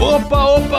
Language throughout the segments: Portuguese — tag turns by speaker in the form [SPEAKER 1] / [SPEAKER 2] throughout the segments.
[SPEAKER 1] Opa, opa,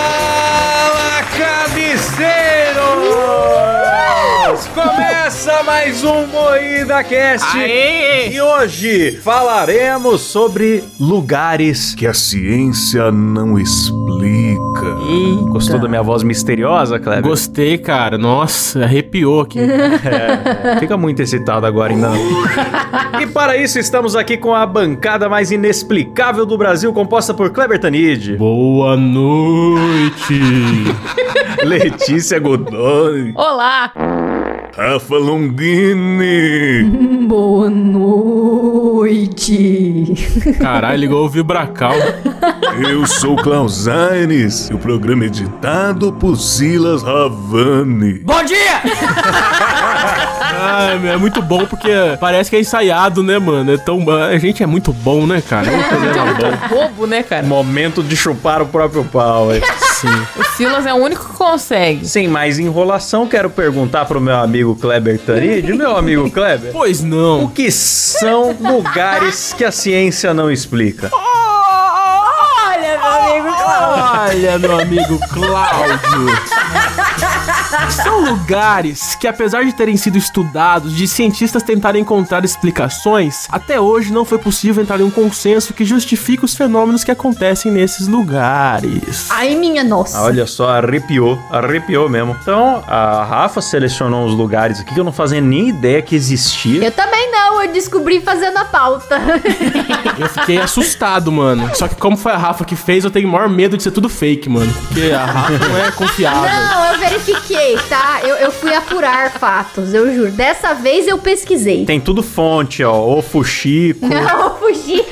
[SPEAKER 1] Fala, cabeceiros! Começa mais um Moída Cast. E hoje falaremos sobre lugares.
[SPEAKER 2] que a ciência não explica.
[SPEAKER 3] Eita.
[SPEAKER 1] Gostou
[SPEAKER 4] Tá.
[SPEAKER 1] da minha voz misteriosa, Kleber?
[SPEAKER 5] Gostei, cara. Nossa, arrepiou aqui.
[SPEAKER 1] Fica muito excitado agora, ainda. não. e para isso, estamos aqui com a bancada mais inexplicável do Brasil, composta por Kleber Tanid,
[SPEAKER 5] Boa noite.
[SPEAKER 2] Letícia Godoy,
[SPEAKER 3] Olá.
[SPEAKER 2] Rafa Longini,
[SPEAKER 6] Boa noite!
[SPEAKER 5] Caralho, ligou o Vibracal.
[SPEAKER 2] eu sou Klaus Aires, e o programa é editado por Silas Ravani.
[SPEAKER 3] Bom dia!
[SPEAKER 5] Ah, meu, é muito bom porque parece que é ensaiado, né, mano? É tão... A gente é muito bom, né, cara? É um programa bom.
[SPEAKER 3] Bobo, né, cara?
[SPEAKER 1] Momento de chupar o próprio pau. hein?
[SPEAKER 5] Sim.
[SPEAKER 3] O Silas é o único que consegue.
[SPEAKER 1] Sem mais enrolação, quero perguntar pro meu amigo Kleber Tanid, meu amigo Kleber,
[SPEAKER 5] Pois
[SPEAKER 1] o
[SPEAKER 5] não.
[SPEAKER 1] que são lugares que a ciência não explica?
[SPEAKER 3] Olha, meu amigo
[SPEAKER 5] Olha, meu amigo Cláudio. São lugares que, apesar de terem sido estudados, de cientistas tentarem encontrar explicações, até hoje não foi possível entrar em um consenso que justifique os fenômenos que acontecem nesses lugares.
[SPEAKER 6] Ai, minha
[SPEAKER 1] Ah,
[SPEAKER 6] nossa!
[SPEAKER 1] Olha só, arrepiou, arrepiou mesmo. Então, a Rafa selecionou uns lugares aqui que eu não fazia nem ideia que existia.
[SPEAKER 6] Eu também não, eu descobri fazendo a pauta.
[SPEAKER 5] Eu fiquei assustado, mano. Só que como foi a Rafa que fez, eu tenho o maior medo de ser tudo fake, mano. Porque a Rafa não é
[SPEAKER 1] Ah,
[SPEAKER 5] confiável.
[SPEAKER 6] Não, eu verifiquei, tá? Eu, eu fui apurar fatos, eu juro. Dessa vez eu pesquisei.
[SPEAKER 1] Tem tudo fonte, ó. O Fuxico.
[SPEAKER 6] Não, fugiu.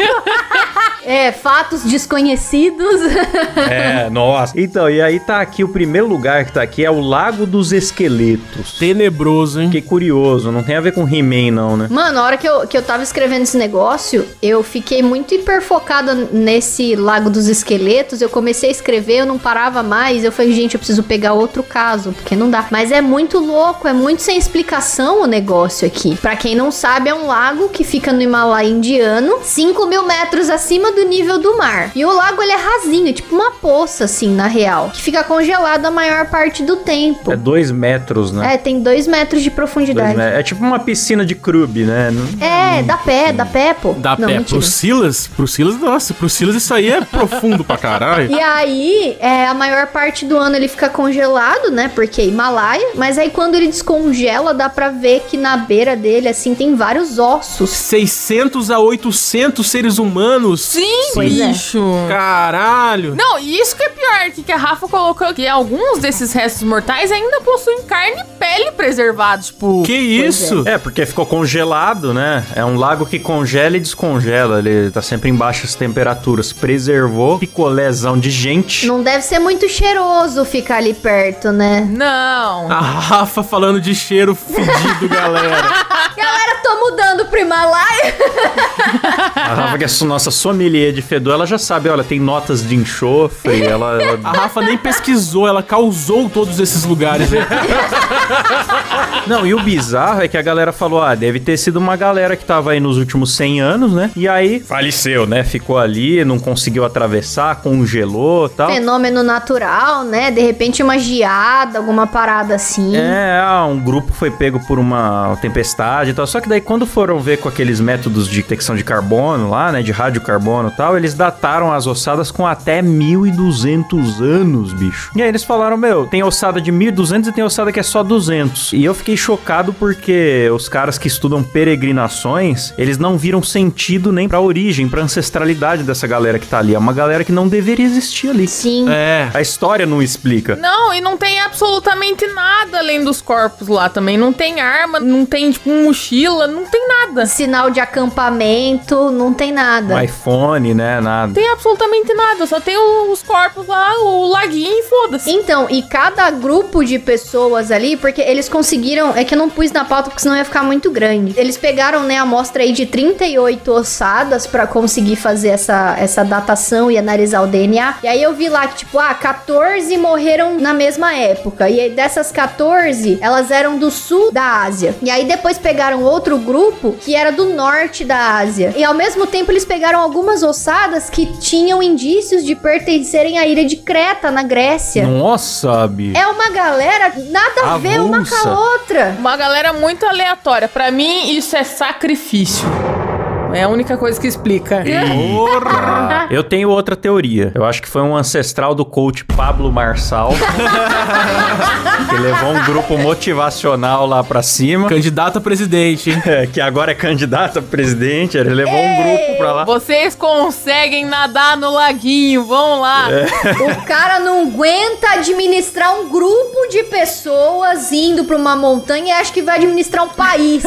[SPEAKER 6] é, fatos desconhecidos.
[SPEAKER 1] é, nossa. Então, e aí tá aqui, o primeiro lugar que tá aqui é o Lago dos Esqueletos.
[SPEAKER 5] Tenebroso, hein?
[SPEAKER 1] Fiquei curioso, não tem a ver com He-Man, não, né?
[SPEAKER 6] Mano, a hora que eu, que eu tava escrevendo esse negócio, eu fiquei muito hiperfocada nesse Lago dos Esqueletos. Eu comecei a escrever, eu não parava mais. Eu falei, gente, eu preciso pegar outro caso, porque não dá. Mas é muito louco, é muito sem explicação o negócio aqui. Pra quem não sabe, é um lago que fica no Himalaia indiano, 5 mil metros acima do nível do mar. E o lago, ele é rasinho, é tipo uma poça, assim, na real, que fica congelado a maior parte do tempo.
[SPEAKER 1] É dois metros, né?
[SPEAKER 6] É, tem 2 metros de
[SPEAKER 1] Dois
[SPEAKER 6] profundidade.
[SPEAKER 1] metros. É tipo uma piscina de clube, né? Não-
[SPEAKER 6] É, dá pé, dá pé, pô.
[SPEAKER 5] Dá
[SPEAKER 6] Não,
[SPEAKER 5] pé
[SPEAKER 6] mentira.
[SPEAKER 5] pro Silas? Pro Silas, nossa, pro Silas isso aí é profundo pra caralho.
[SPEAKER 6] E aí, é, a maior parte do ano ele fica congelado, né? Porque é Himalaia. Mas aí quando ele descongela, dá pra ver que na beira dele, assim, tem vários ossos.
[SPEAKER 5] 600 a 800 seres humanos.
[SPEAKER 3] Sim,
[SPEAKER 6] Pois é.
[SPEAKER 3] bicho.
[SPEAKER 5] Caralho.
[SPEAKER 3] Não, e isso que é pior, que, que a Rafa colocou que alguns desses restos mortais ainda possuem carne e pele preservados, tipo...
[SPEAKER 5] Que isso?
[SPEAKER 1] É, porque ficou congelado, né? É um lago que congela e descongela. Ele tá sempre em baixas temperaturas. Preservou picolézão de gente.
[SPEAKER 6] Não deve ser muito cheiroso ficar ali perto, né?
[SPEAKER 3] Não.
[SPEAKER 5] A Rafa falando de cheiro fedido, galera.
[SPEAKER 6] Galera, tô mudando pro Himalaia.
[SPEAKER 1] A Rafa, que é a nossa sommelier de fedor, ela já sabe, olha, tem notas de enxofre, ela... ela-
[SPEAKER 7] A Rafa nem pesquisou, ela causou todos esses lugares. né?
[SPEAKER 1] Não, e o bizarro é que a galera falou, ah, deve ter sido uma galera que tava aí nos últimos 100 anos, né? E aí faleceu, né? Ficou ali, não conseguiu atravessar, congelou e tal.
[SPEAKER 6] Fenômeno natural, né? De repente uma geada, alguma parada assim.
[SPEAKER 1] É, ah, um grupo foi pego por uma tempestade e tal. Só que daí, quando foram ver com aqueles métodos de detecção de carbono lá, né? De radiocarbono e tal, eles dataram as ossadas com até 1.200 anos, bicho. E aí eles falaram, meu, tem ossada de 1.200 e tem ossada que é só 200. E eu fiquei chocado porque os caras que estudam peregrinações, eles não viram sentido nem pra origem, pra ancestralidade dessa galera que tá ali. É uma galera que não deveria existir ali.
[SPEAKER 6] Sim.
[SPEAKER 7] É.
[SPEAKER 1] A história não explica.
[SPEAKER 3] Não, e não tem absolutamente nada além dos corpos lá também. Não tem arma, não tem, tipo, mochila, não tem nada.
[SPEAKER 6] Sinal de acampamento, não tem nada.
[SPEAKER 1] Um iPhone, né? Nada.
[SPEAKER 3] Não tem absolutamente nada, só tem o- os corpos lá, o laguinho e foda-se.
[SPEAKER 6] Então, e cada grupo de pessoas ali, porque eles conseguiram, é que eu não pus na pauta porque senão ia ficar muito grande. Eles pegaram, né, a amostra aí de 38 ossadas pra conseguir fazer essa, essa datação e analisar o DNA. E aí eu vi lá que tipo, ah, 14 morreram na mesma época. E aí dessas 14, elas eram do sul da Ásia. E aí depois pegaram outro grupo que era do norte da Ásia. E ao mesmo tempo eles pegaram algumas ossadas que tinham indícios de pertencerem à ilha de Creta, na Grécia.
[SPEAKER 1] Nossa, bicho.
[SPEAKER 6] É uma galera nada a ver uma com
[SPEAKER 1] Avulsa.
[SPEAKER 6] a outra.
[SPEAKER 3] Uma galera muito aleatória. Pra mim, isso é sacrifício. É a única coisa que explica.
[SPEAKER 1] É. Ah, Eu tenho outra teoria. Eu acho que foi um ancestral do coach Pablo Marçal. que levou um grupo motivacional lá pra cima.
[SPEAKER 7] Candidato a presidente, hein?
[SPEAKER 1] é, Que agora é candidato a presidente. Ele levou um grupo pra lá.
[SPEAKER 3] Vocês conseguem nadar no laguinho, vão lá.
[SPEAKER 6] O cara não aguenta administrar um grupo de pessoas indo pra uma montanha e acha que vai administrar um país.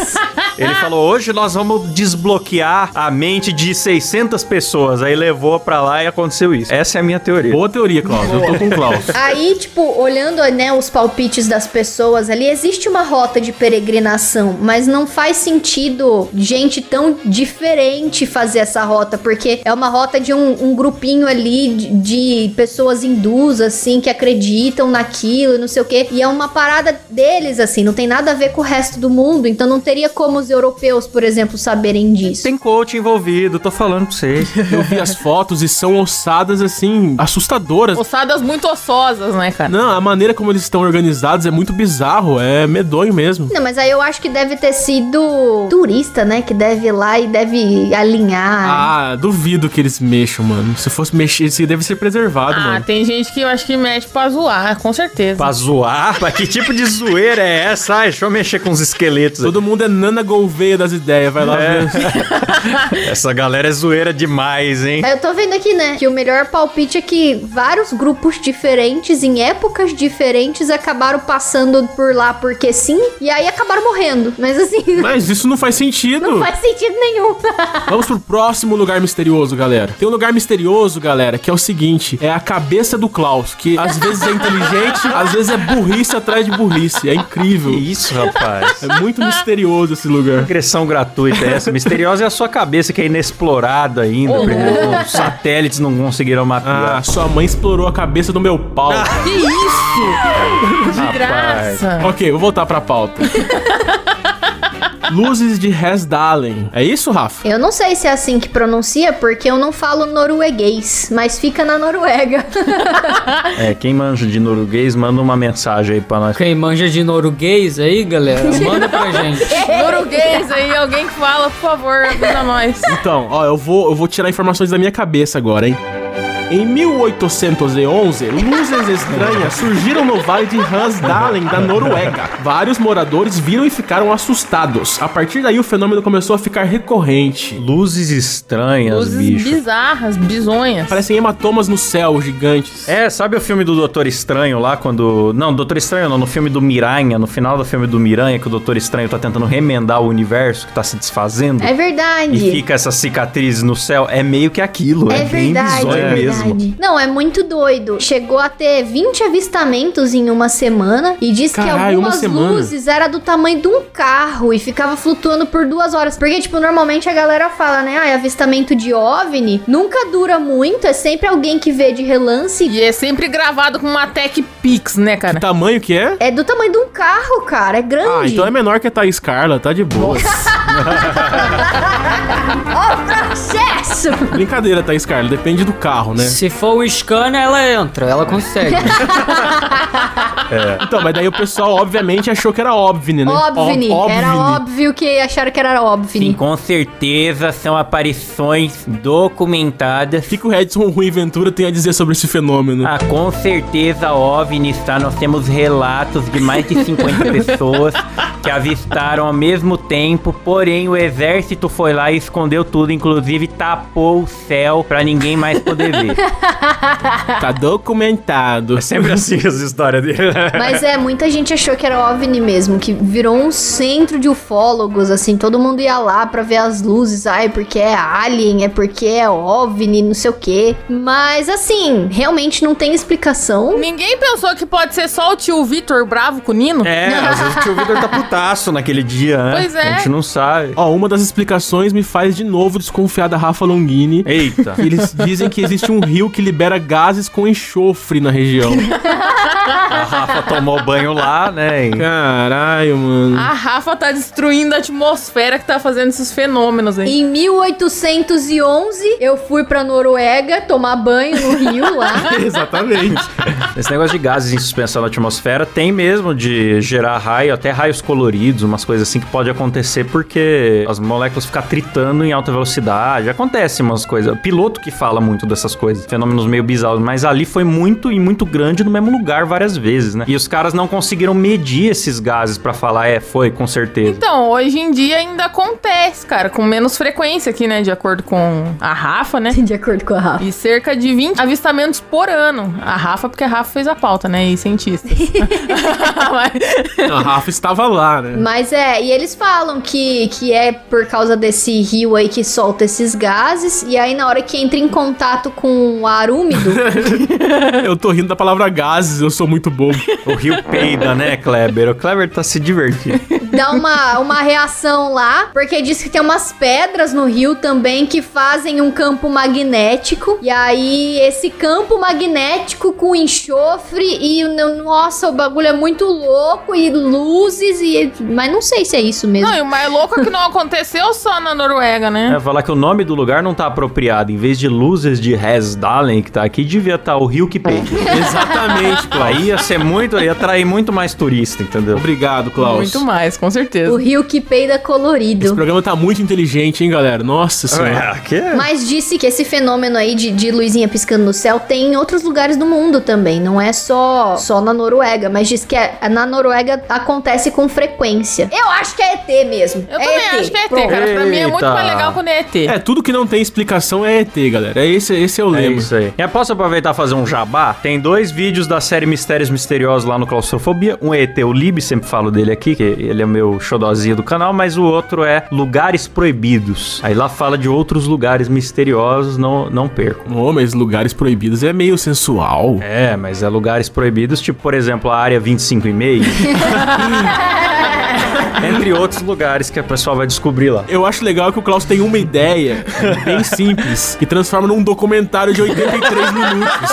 [SPEAKER 1] Ele falou: hoje nós vamos desbloquear a mente de 600 pessoas. Aí levou pra lá e aconteceu isso. Essa é a minha teoria.
[SPEAKER 7] Boa teoria, Klaus. Eu tô com o Klaus.
[SPEAKER 6] Aí, tipo, olhando, né, os palpites das pessoas ali, existe uma rota de peregrinação, mas não faz sentido gente tão diferente fazer essa rota, porque é uma rota de um, um grupinho ali de, de pessoas hindus, assim, que acreditam naquilo e não sei o quê, e é uma parada deles, assim, não tem nada a ver com o resto do mundo, então não teria como os europeus, por exemplo, saberem disso.
[SPEAKER 1] Tem coach envolvido, tô falando pra vocês.
[SPEAKER 7] Eu vi as fotos e são ossadas, assim, assustadoras.
[SPEAKER 3] Ossadas muito ossosas, né, cara?
[SPEAKER 7] Não, a maneira como eles estão organizados é muito bizarro, é medonho mesmo.
[SPEAKER 6] Não, mas aí eu acho que deve ter sido turista, né? Que deve ir lá e deve alinhar.
[SPEAKER 7] Ah, duvido que eles mexam, mano. Se fosse mexer, isso deve ser preservado,
[SPEAKER 3] Ah,
[SPEAKER 7] mano.
[SPEAKER 3] tem gente que eu acho que mexe pra zoar, com certeza.
[SPEAKER 1] Pra zoar? Pra que tipo de zoeira é essa? Ai, deixa eu mexer com os esqueletos.
[SPEAKER 7] Todo mundo é Nana Gouveia das ideias, vai lá
[SPEAKER 1] É.
[SPEAKER 7] ver.
[SPEAKER 1] Essa galera é zoeira demais, hein?
[SPEAKER 6] Eu tô vendo aqui, né? Que o melhor palpite é que vários grupos diferentes, em épocas diferentes, acabaram passando por lá porque sim, e aí acabaram morrendo. Mas assim,
[SPEAKER 7] Mas isso não faz sentido.
[SPEAKER 6] não faz sentido nenhum.
[SPEAKER 7] Vamos pro próximo lugar misterioso, galera. Tem um lugar misterioso, galera, que é o seguinte: é a cabeça do Klaus, que às vezes é inteligente, às vezes é burrice atrás de burrice. É
[SPEAKER 1] Que
[SPEAKER 7] incrível.
[SPEAKER 1] isso, rapaz?
[SPEAKER 7] É muito misterioso esse lugar.
[SPEAKER 1] Agressão gratuita é essa. Misteriosa é a sua cabeça que é inexplorada ainda.
[SPEAKER 3] Ô,
[SPEAKER 1] porque Os satélites não conseguiram
[SPEAKER 7] Ah,
[SPEAKER 1] matar.
[SPEAKER 7] sua mãe explorou a cabeça do meu pau.
[SPEAKER 3] Que isso? Ah, De
[SPEAKER 1] Rapaz.
[SPEAKER 3] graça.
[SPEAKER 7] ok, vou voltar pra pauta. Luzes de Hesdalen. É isso, Rafa?
[SPEAKER 6] Eu não sei se é assim que pronuncia, porque eu não falo norueguês, mas fica na Noruega.
[SPEAKER 1] É, quem manja de norueguês, manda uma mensagem aí pra nós.
[SPEAKER 8] Quem manja de noruguês aí, galera, manda pra gente.
[SPEAKER 3] Noruguês aí, alguém que fala, por favor, avisa nós.
[SPEAKER 7] Então, ó, eu vou, eu vou tirar informações da minha cabeça agora, hein? Em 1811, luzes estranhas surgiram no vale de Hansdalen, da Noruega. Vários moradores viram e ficaram assustados. A partir daí, o fenômeno começou a ficar recorrente.
[SPEAKER 1] Luzes estranhas,
[SPEAKER 3] Luzes
[SPEAKER 1] bicho.
[SPEAKER 3] bizarras, bizonhas.
[SPEAKER 7] Parecem hematomas no céu, gigantes.
[SPEAKER 1] É, sabe o filme do Doutor Estranho lá, quando... Não, Doutor Estranho não, no filme do Miranha, no final do filme do Miranha, que o Doutor Estranho tá tentando remendar o universo, que tá se desfazendo.
[SPEAKER 6] É
[SPEAKER 1] E
[SPEAKER 6] verdade.
[SPEAKER 1] fica essa cicatriz no céu, é meio que aquilo. É,
[SPEAKER 6] É
[SPEAKER 1] bem
[SPEAKER 6] verdade,
[SPEAKER 1] bizonho
[SPEAKER 6] é
[SPEAKER 1] mesmo. mesmo.
[SPEAKER 6] Não, é muito doido. Chegou a ter 20 avistamentos em uma semana e diz que
[SPEAKER 7] Caralho, uma
[SPEAKER 6] algumas
[SPEAKER 7] semana?
[SPEAKER 6] luzes era do tamanho de um carro e ficava flutuando por duas horas. Porque, tipo, normalmente a galera fala, né? Ah, avistamento de OVNI nunca dura muito, é sempre alguém que vê de relance.
[SPEAKER 3] E é sempre gravado com uma Tech Pix, né, cara?
[SPEAKER 7] Que tamanho que é?
[SPEAKER 6] É do tamanho de um carro, cara. É grande.
[SPEAKER 7] Ah, então é menor que a Thaís Carla, tá de boa.
[SPEAKER 6] Processo!
[SPEAKER 7] Brincadeira, é Thaís Carla, depende do carro, né?
[SPEAKER 8] Se for o scanner, ela entra, ela consegue.
[SPEAKER 7] Então, mas daí o pessoal, obviamente, achou
[SPEAKER 5] Tá
[SPEAKER 7] que era OVNI, né?
[SPEAKER 6] OVNI.
[SPEAKER 7] Ó-
[SPEAKER 6] Era óbvio que acharam que era
[SPEAKER 1] Sim,
[SPEAKER 6] OVNI.
[SPEAKER 1] com certeza são aparições documentadas.
[SPEAKER 7] O que, que o Edson Rui Ventura tem a dizer sobre esse fenômeno?
[SPEAKER 1] Ah, com certeza OVNI está. Nós temos relatos de mais de 50 pessoas que avistaram ao mesmo tempo, porém o exército foi lá e escondeu tudo, inclusive tapou o céu pra ninguém mais poder ver.
[SPEAKER 7] Tá documentado.
[SPEAKER 1] sempre assim as histórias dele.
[SPEAKER 6] Mas é, muita gente achou que era OVNI mesmo, que virou um centro de ufólogos, assim, todo mundo ia lá pra ver as luzes, ai, porque é alien, é porque é OVNI, não sei o quê. Mas assim, realmente não tem explicação.
[SPEAKER 3] Ninguém pensou que pode ser só o tio Vitor bravo com o Nino?
[SPEAKER 1] É, às vezes o tio Vitor tá putaço naquele dia, né?
[SPEAKER 3] Pois é.
[SPEAKER 1] A gente não sabe.
[SPEAKER 7] Ó, uma das explicações me faz de novo desconfiar da Rafa Longini.
[SPEAKER 1] Eita.
[SPEAKER 7] que Eles dizem que existe um rio que libera gases com enxofre na região.
[SPEAKER 1] A Rafa tomou banho lá, né? e-
[SPEAKER 7] Caralho, mano.
[SPEAKER 3] A Rafa tá destruindo a atmosfera que tá fazendo esses fenômenos aí.
[SPEAKER 6] Em 1811, eu fui pra Noruega tomar banho no rio lá.
[SPEAKER 7] Exatamente.
[SPEAKER 1] Esse negócio de gases em suspensão na atmosfera tem mesmo de gerar raio, até raios coloridos, umas coisas assim que pode acontecer porque as moléculas ficam tritando em alta velocidade. Acontece umas coisas. Piloto que fala muito dessas coisas, fenômenos meio bizarros, mas ali foi muito e muito grande no mesmo lugar várias vezes, né? E os caras não conseguiram medir esses gases pra falar, é, foi, com certeza.
[SPEAKER 3] Então, hoje em dia ainda acontece, cara, com menos frequência aqui, né? De acordo com a Rafa, né?
[SPEAKER 6] de acordo com a Rafa.
[SPEAKER 3] E cerca de 20 avistamentos por ano. A Rafa, porque a Rafa fez a pauta, né? E cientistas. Mas-
[SPEAKER 7] A Rafa estava lá, né?
[SPEAKER 6] Mas é, e eles falam que, que é por causa desse rio aí que solta esses gases, e aí na hora que entra em contato com o ar úmido,
[SPEAKER 7] Eu tô rindo da palavra gases, eu sou muito bobo.
[SPEAKER 1] O rio peida, né, Kleber? O Kleber tá se divertindo.
[SPEAKER 6] dá uma, uma reação lá, porque diz que tem umas pedras no rio também que fazem um campo magnético. E aí, esse campo magnético com enxofre e, no- nossa, o bagulho é muito louco e luzes e... Mas não sei se é isso mesmo.
[SPEAKER 3] Não, e o mais louco é que não aconteceu só na Noruega, né?
[SPEAKER 1] É, falar que o nome do lugar não tá apropriado. Em vez de Luzes de Resdalen, que tá aqui, devia estar o Rio que peida. Exatamente, pô. Aí ia ser muito, ia atrair muito mais turista, entendeu?
[SPEAKER 7] Obrigado, Klaus.
[SPEAKER 3] Muito mais, com
[SPEAKER 6] O
[SPEAKER 3] certeza.
[SPEAKER 6] rio que peida
[SPEAKER 7] Esse
[SPEAKER 6] colorido.
[SPEAKER 7] programa tá muito inteligente, hein, galera? Nossa
[SPEAKER 1] É,
[SPEAKER 7] senhora.
[SPEAKER 3] É.
[SPEAKER 1] que?
[SPEAKER 6] Mas disse que esse fenômeno aí de, de luzinha piscando no céu tem em outros lugares do mundo também. Não é só, só na Noruega, mas diz que é- na Noruega acontece com frequência. Eu acho que é ET mesmo.
[SPEAKER 3] Eu também acho que é ET, cara. Pra mim é muito
[SPEAKER 1] Eita.
[SPEAKER 3] mais legal quando é ET.
[SPEAKER 7] É, tudo que não tem explicação é ET, galera. É esse, esse é o
[SPEAKER 1] É
[SPEAKER 7] lema.
[SPEAKER 1] isso aí. E posso aproveitar e fazer um jabá? Tem dois vídeos da série Mistérios Misteriosos lá no Claustrofobia. Um é ET, o Lib, sempre falo dele aqui, que ele é o meu xodózinho do canal, mas o outro é Lugares Proibidos. Aí lá fala de outros lugares misteriosos, não, não percam.
[SPEAKER 7] Ô, mas lugares proibidos é meio sensual.
[SPEAKER 1] É, mas é lugares proibidos, tipo, por exemplo, a área 25 e meio. Entre outros lugares que a pessoa vai descobrir lá.
[SPEAKER 7] Eu acho legal que o Klaus tem uma ideia bem simples e transforma num documentário de 83 minutos.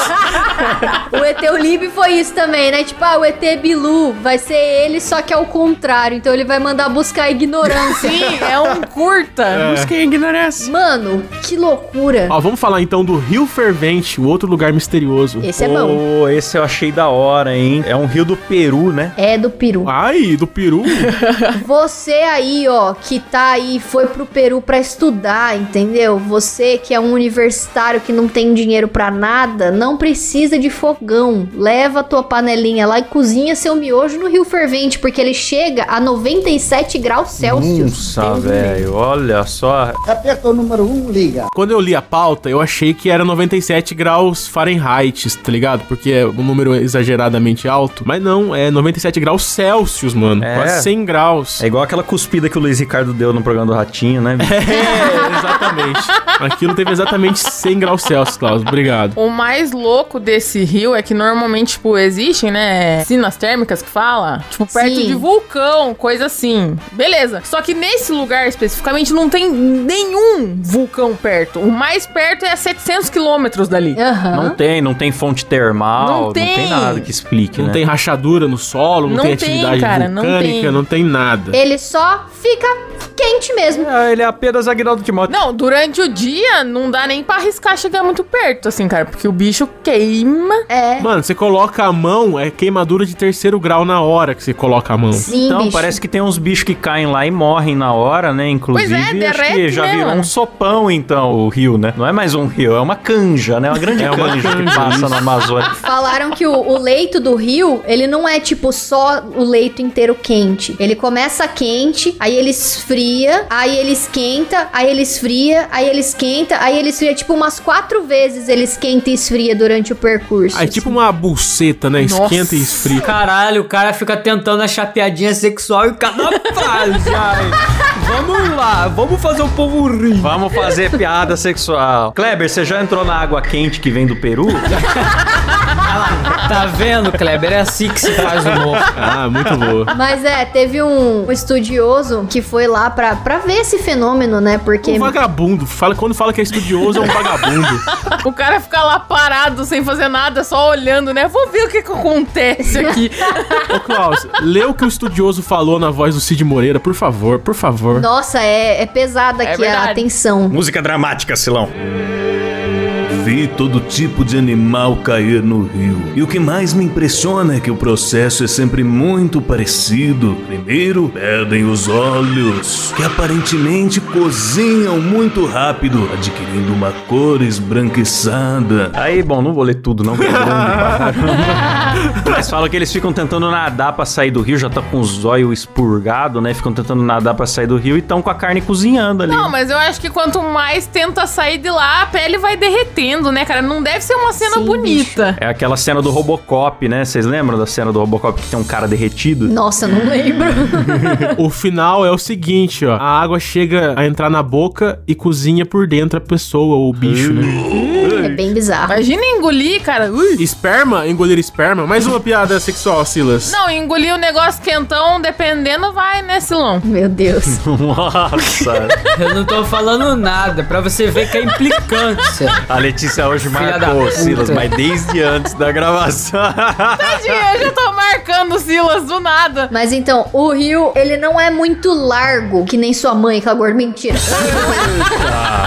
[SPEAKER 6] O ET Lib foi isso também, né? Tipo, ah, o ET Bilu vai ser ele, só que ao contrário. Então ele vai mandar buscar a ignorância.
[SPEAKER 3] Sim, é um curta.
[SPEAKER 5] é
[SPEAKER 1] Busquem ignorância.
[SPEAKER 6] Mano, que loucura.
[SPEAKER 7] Ó, vamos falar então do Rio Fervente, o outro lugar misterioso.
[SPEAKER 6] Esse é bom.
[SPEAKER 1] Pô, esse eu achei da hora, hein? É um rio do Peru, né?
[SPEAKER 6] É do Peru.
[SPEAKER 7] Ai, do Peru.
[SPEAKER 6] Você aí, ó, que tá aí, foi pro Peru pra estudar, entendeu? Você que é um universitário que não tem dinheiro pra nada, não precisa de fogão. Leva a tua panelinha lá e cozinha seu miojo no Rio Fervente, porque ele chega a 97 graus Celsius.
[SPEAKER 1] Nossa, velho, olha só.
[SPEAKER 9] Aperta o número 1, um, liga.
[SPEAKER 7] Quando eu li a pauta, eu achei que era 97 graus Fahrenheit, tá ligado? Porque é um número exageradamente alto. Mas não, é 97 graus Celsius, mano.
[SPEAKER 1] É.
[SPEAKER 7] Quase 100 graus. graus.
[SPEAKER 1] É igual aquela cuspida que o Luiz Ricardo deu no programa do Ratinho, né? bicho?
[SPEAKER 7] É, exatamente. Aquilo teve exatamente 100 graus Celsius, Klaus. Obrigado.
[SPEAKER 3] O mais louco desse rio é que normalmente, tipo, existem, né? Sinas térmicas que fala. Tipo, perto
[SPEAKER 6] Sim.
[SPEAKER 3] de vulcão, coisa assim. Beleza. Só que nesse lugar especificamente não tem nenhum vulcão perto. O mais perto é a 700 quilômetros dali.
[SPEAKER 6] Aham.
[SPEAKER 1] Não tem, não tem fonte termal,
[SPEAKER 3] Não
[SPEAKER 1] não, tem.
[SPEAKER 3] tem.
[SPEAKER 1] nada que explique,
[SPEAKER 7] Não
[SPEAKER 1] né?
[SPEAKER 7] tem rachadura no solo, não,
[SPEAKER 3] Não
[SPEAKER 7] tem
[SPEAKER 3] tem,
[SPEAKER 7] atividade
[SPEAKER 3] cara, não
[SPEAKER 7] vulcânica,
[SPEAKER 3] tem.
[SPEAKER 7] não tem, nada.
[SPEAKER 6] Ele só fica quente mesmo.
[SPEAKER 1] Ah, ele é apenas Aguinaldo Timóteo.
[SPEAKER 3] Não, durante o dia não dá nem pra arriscar chegar muito perto, assim, cara. Porque o bicho queima.
[SPEAKER 6] É.
[SPEAKER 7] Mano, você coloca a mão, é queimadura de terceiro grau na hora que você coloca a mão.
[SPEAKER 6] Sim,
[SPEAKER 1] Então,
[SPEAKER 6] bicho.
[SPEAKER 1] parece que tem uns bichos que caem lá e morrem na hora, né? Inclusive,
[SPEAKER 3] Pois é,
[SPEAKER 1] acho que
[SPEAKER 3] derrete,
[SPEAKER 1] já
[SPEAKER 3] né,
[SPEAKER 1] virou
[SPEAKER 3] mano?
[SPEAKER 1] um sopão, então, o rio, né? Não é mais um rio, é uma canja, né? Uma grande
[SPEAKER 8] É
[SPEAKER 1] canja, que passa na Amazônia.
[SPEAKER 6] Falaram que o, o leito do rio, ele não é tipo só o leito inteiro quente. Ele começa quente, aí ele esfria, aí ele esquenta, aí ele esfria, aí ele esquenta, aí ele esfria. Tipo, umas quatro vezes ele esquenta e esfria durante o percurso.
[SPEAKER 7] Aí tipo uma buceta, né?
[SPEAKER 3] Nossa.
[SPEAKER 7] Esquenta e esfria.
[SPEAKER 8] Caralho, o cara fica tentando achar piadinha sexual e cada frase. ai. Vamos lá, vamos fazer o povo rir.
[SPEAKER 1] Vamos fazer piada sexual. Kleber, você já entrou na água quente que vem do Peru?
[SPEAKER 8] Tá vendo, Kleber? É assim que se faz humor.
[SPEAKER 7] Ah, muito boa.
[SPEAKER 6] Mas é, teve um, um estudioso que foi lá pra, pra ver esse fenômeno, né? Porque.
[SPEAKER 7] Um vagabundo. Fala, quando fala que é estudioso, é um vagabundo.
[SPEAKER 3] O cara fica lá parado, sem fazer nada, só olhando, né? Vou ver o que, que acontece aqui.
[SPEAKER 7] Ô, Klaus, lê o que o estudioso falou na voz do Cid Moreira, por favor, por favor.
[SPEAKER 6] Nossa, é, é pesada
[SPEAKER 3] É
[SPEAKER 6] aqui a
[SPEAKER 3] verdade.
[SPEAKER 6] atenção.
[SPEAKER 1] Música dramática, Silão.
[SPEAKER 2] Vi todo tipo de animal cair no rio. E o que mais me impressiona é que o processo é sempre muito parecido. Primeiro, perdem os olhos, que aparentemente cozinham muito rápido, adquirindo uma cor esbranquiçada.
[SPEAKER 1] Aí, bom, não vou ler tudo, não. que é grande pra caramba. Mas falam que eles ficam tentando nadar pra sair do rio, já tá com os olhos expurgados, né? Ficam tentando nadar pra sair do rio e estão com a carne cozinhando ali.
[SPEAKER 3] Não, mas eu acho que quanto mais tenta sair de lá, a pele vai derretendo, né, cara? Não deve ser uma cena
[SPEAKER 6] Sim,
[SPEAKER 3] bonita.
[SPEAKER 1] É aquela cena do Robocop, né? Vocês lembram da cena do Robocop que tem um cara derretido?
[SPEAKER 6] Nossa, eu não lembro.
[SPEAKER 7] O final é o seguinte, ó. A água chega a entrar na boca e cozinha por dentro a pessoa ou o bicho, né?
[SPEAKER 6] é bem bizarro.
[SPEAKER 3] Imagina engolir, cara. Ui.
[SPEAKER 7] Esperma? Engolir esperma? Mais uma piada sexual, Silas.
[SPEAKER 3] Não, engolir o negócio quentão, dependendo, vai, né, Silão?
[SPEAKER 6] Meu Deus.
[SPEAKER 1] Nossa!
[SPEAKER 8] Eu não tô falando nada, pra você ver que é implicância.
[SPEAKER 1] A Letícia hoje
[SPEAKER 8] Filha
[SPEAKER 1] marcou
[SPEAKER 8] da
[SPEAKER 1] o Silas,
[SPEAKER 8] puta.
[SPEAKER 1] mas desde antes da gravação.
[SPEAKER 3] Tadinha, eu já tô marcando o Silas do nada.
[SPEAKER 6] Mas então, o rio, ele não é muito largo, que nem sua mãe, que ela é gorda. Mentira.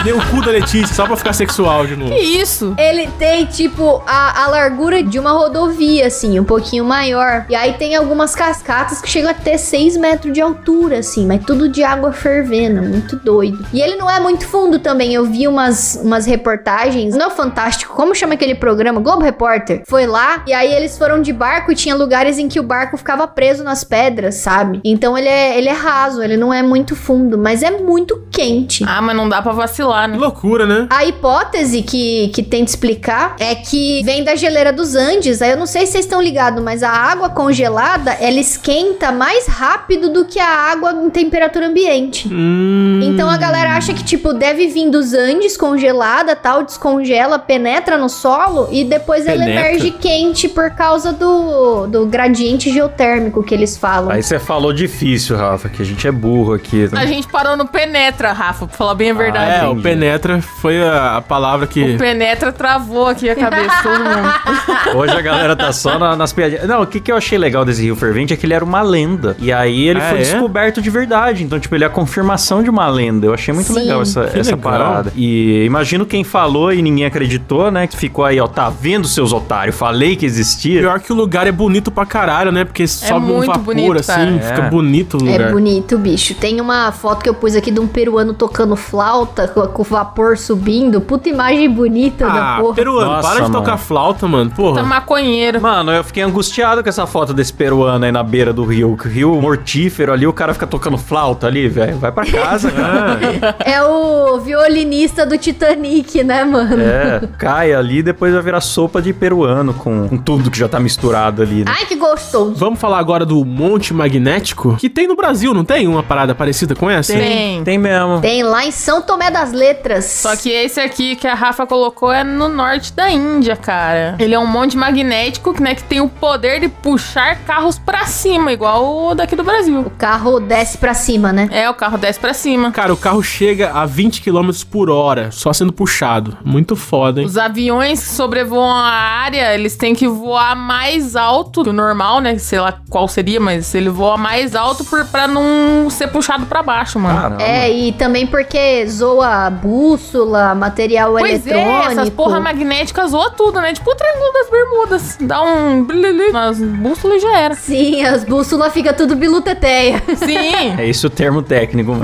[SPEAKER 7] Deu o cu da Letícia só pra ficar sexual de novo.
[SPEAKER 3] Que isso?
[SPEAKER 6] ele tem, tipo, a, a largura de uma rodovia, assim, um pouquinho maior. E aí tem algumas cascatas que chegam a ter 6 metros de altura, assim, mas tudo de água fervendo. Muito doido. E ele não é muito fundo também. Eu vi umas, umas reportagens. Não é fantástico. Como chama aquele programa? Globo Repórter. Foi lá. E aí eles foram de barco e tinha lugares em que o barco ficava preso nas pedras, sabe? Então ele é, ele é raso, ele não é muito fundo, mas é muito quente.
[SPEAKER 3] Ah, mas não dá pra vacilar,
[SPEAKER 7] Que
[SPEAKER 3] né?
[SPEAKER 7] loucura, né?
[SPEAKER 6] A hipótese que, que tenta explicar é que vem da geleira dos Andes. Aí eu não sei se vocês estão ligados, mas a água congelada ela esquenta mais rápido do que a água em temperatura ambiente.
[SPEAKER 7] Hum.
[SPEAKER 6] Então a galera acha que, tipo, deve vir dos Andes congelada, tal, descongela, penetra no solo e depois ela
[SPEAKER 7] Penetra?
[SPEAKER 6] emerge quente por causa do, do gradiente geotérmico que eles falam.
[SPEAKER 1] Aí você falou difícil, Rafa, que a gente é burro aqui.
[SPEAKER 3] A gente parou no penetra, Rafa, pra falar bem a verdade.
[SPEAKER 7] É, o
[SPEAKER 1] entendi.
[SPEAKER 7] penetra foi a, a palavra que...
[SPEAKER 3] O penetra travou aqui a cabeça, todo mundo.
[SPEAKER 1] Hoje a galera tá só na- nas piadinhas. Não, o que, que eu achei legal desse Rio Fervente é que ele era uma lenda. E aí ele
[SPEAKER 7] Ah,
[SPEAKER 1] foi
[SPEAKER 7] é?
[SPEAKER 1] descoberto de verdade. Então, tipo, ele é a confirmação de uma lenda. Eu achei muito
[SPEAKER 6] Sim.
[SPEAKER 1] legal essa,
[SPEAKER 7] Que
[SPEAKER 1] essa
[SPEAKER 7] legal.
[SPEAKER 1] parada. E imagino quem falou e ninguém acreditou, né? Que ficou aí, ó, tá vendo seus otários? Falei que existia.
[SPEAKER 7] Pior que o lugar é bonito pra caralho, né? Porque sobe um
[SPEAKER 3] É muito
[SPEAKER 7] vapor,
[SPEAKER 3] bonito,
[SPEAKER 7] assim,
[SPEAKER 1] cara.
[SPEAKER 7] fica
[SPEAKER 1] É.
[SPEAKER 7] bonito o lugar.
[SPEAKER 6] É bonito, bicho. Tem uma foto que eu pus aqui de um peruano tocando flauta, com, com o vapor subindo. Puta imagem bonita,
[SPEAKER 7] Ah,
[SPEAKER 6] porra.
[SPEAKER 7] peruano,
[SPEAKER 1] Nossa,
[SPEAKER 7] para de
[SPEAKER 1] mano.
[SPEAKER 7] tocar flauta, mano.
[SPEAKER 3] Tá
[SPEAKER 7] Porra.
[SPEAKER 3] maconheiro.
[SPEAKER 1] Mano, eu fiquei angustiado com essa foto desse peruano aí na beira do rio. Que Rio mortífero ali, o cara fica tocando flauta ali, velho. Vai pra casa, cara.
[SPEAKER 6] É o violinista do Titanic, né, mano?
[SPEAKER 1] é, cai ali e depois vai virar sopa de peruano com, com tudo que já tá misturado ali, né?
[SPEAKER 6] Ai, que gostoso.
[SPEAKER 7] Vamos falar agora do Monte Magnético, que tem no Brasil, não tem uma parada parecida com essa?
[SPEAKER 3] Tem.
[SPEAKER 1] Tem mesmo.
[SPEAKER 6] Tem lá em São Tomé das Letras.
[SPEAKER 3] Só que esse aqui que a Rafa colocou é no norte da Índia, cara. Ele é um monte magnético que, né, que tem o poder de puxar carros pra cima, igual o daqui do Brasil.
[SPEAKER 6] O carro desce pra cima, né?
[SPEAKER 3] É, o carro desce pra cima.
[SPEAKER 7] Cara, o carro chega a 20 km por hora, só sendo puxado. Muito foda, hein?
[SPEAKER 3] Os aviões que sobrevoam a área, eles têm que voar mais alto que o normal, né? Sei lá qual seria, mas ele voa mais alto por, pra não ser puxado pra baixo, mano.
[SPEAKER 1] Caramba.
[SPEAKER 6] É, e também porque zoa bússola, material
[SPEAKER 3] Pois
[SPEAKER 6] eletrônico.
[SPEAKER 3] é, essas porra magnéticas zoa tudo, né? Tipo o Triângulo das Bermudas. Dá um... blili nas bússolas e já era.
[SPEAKER 6] Sim, as bússolas fica tudo biluteteia.
[SPEAKER 3] Sim.
[SPEAKER 1] É esse o termo técnico, mano.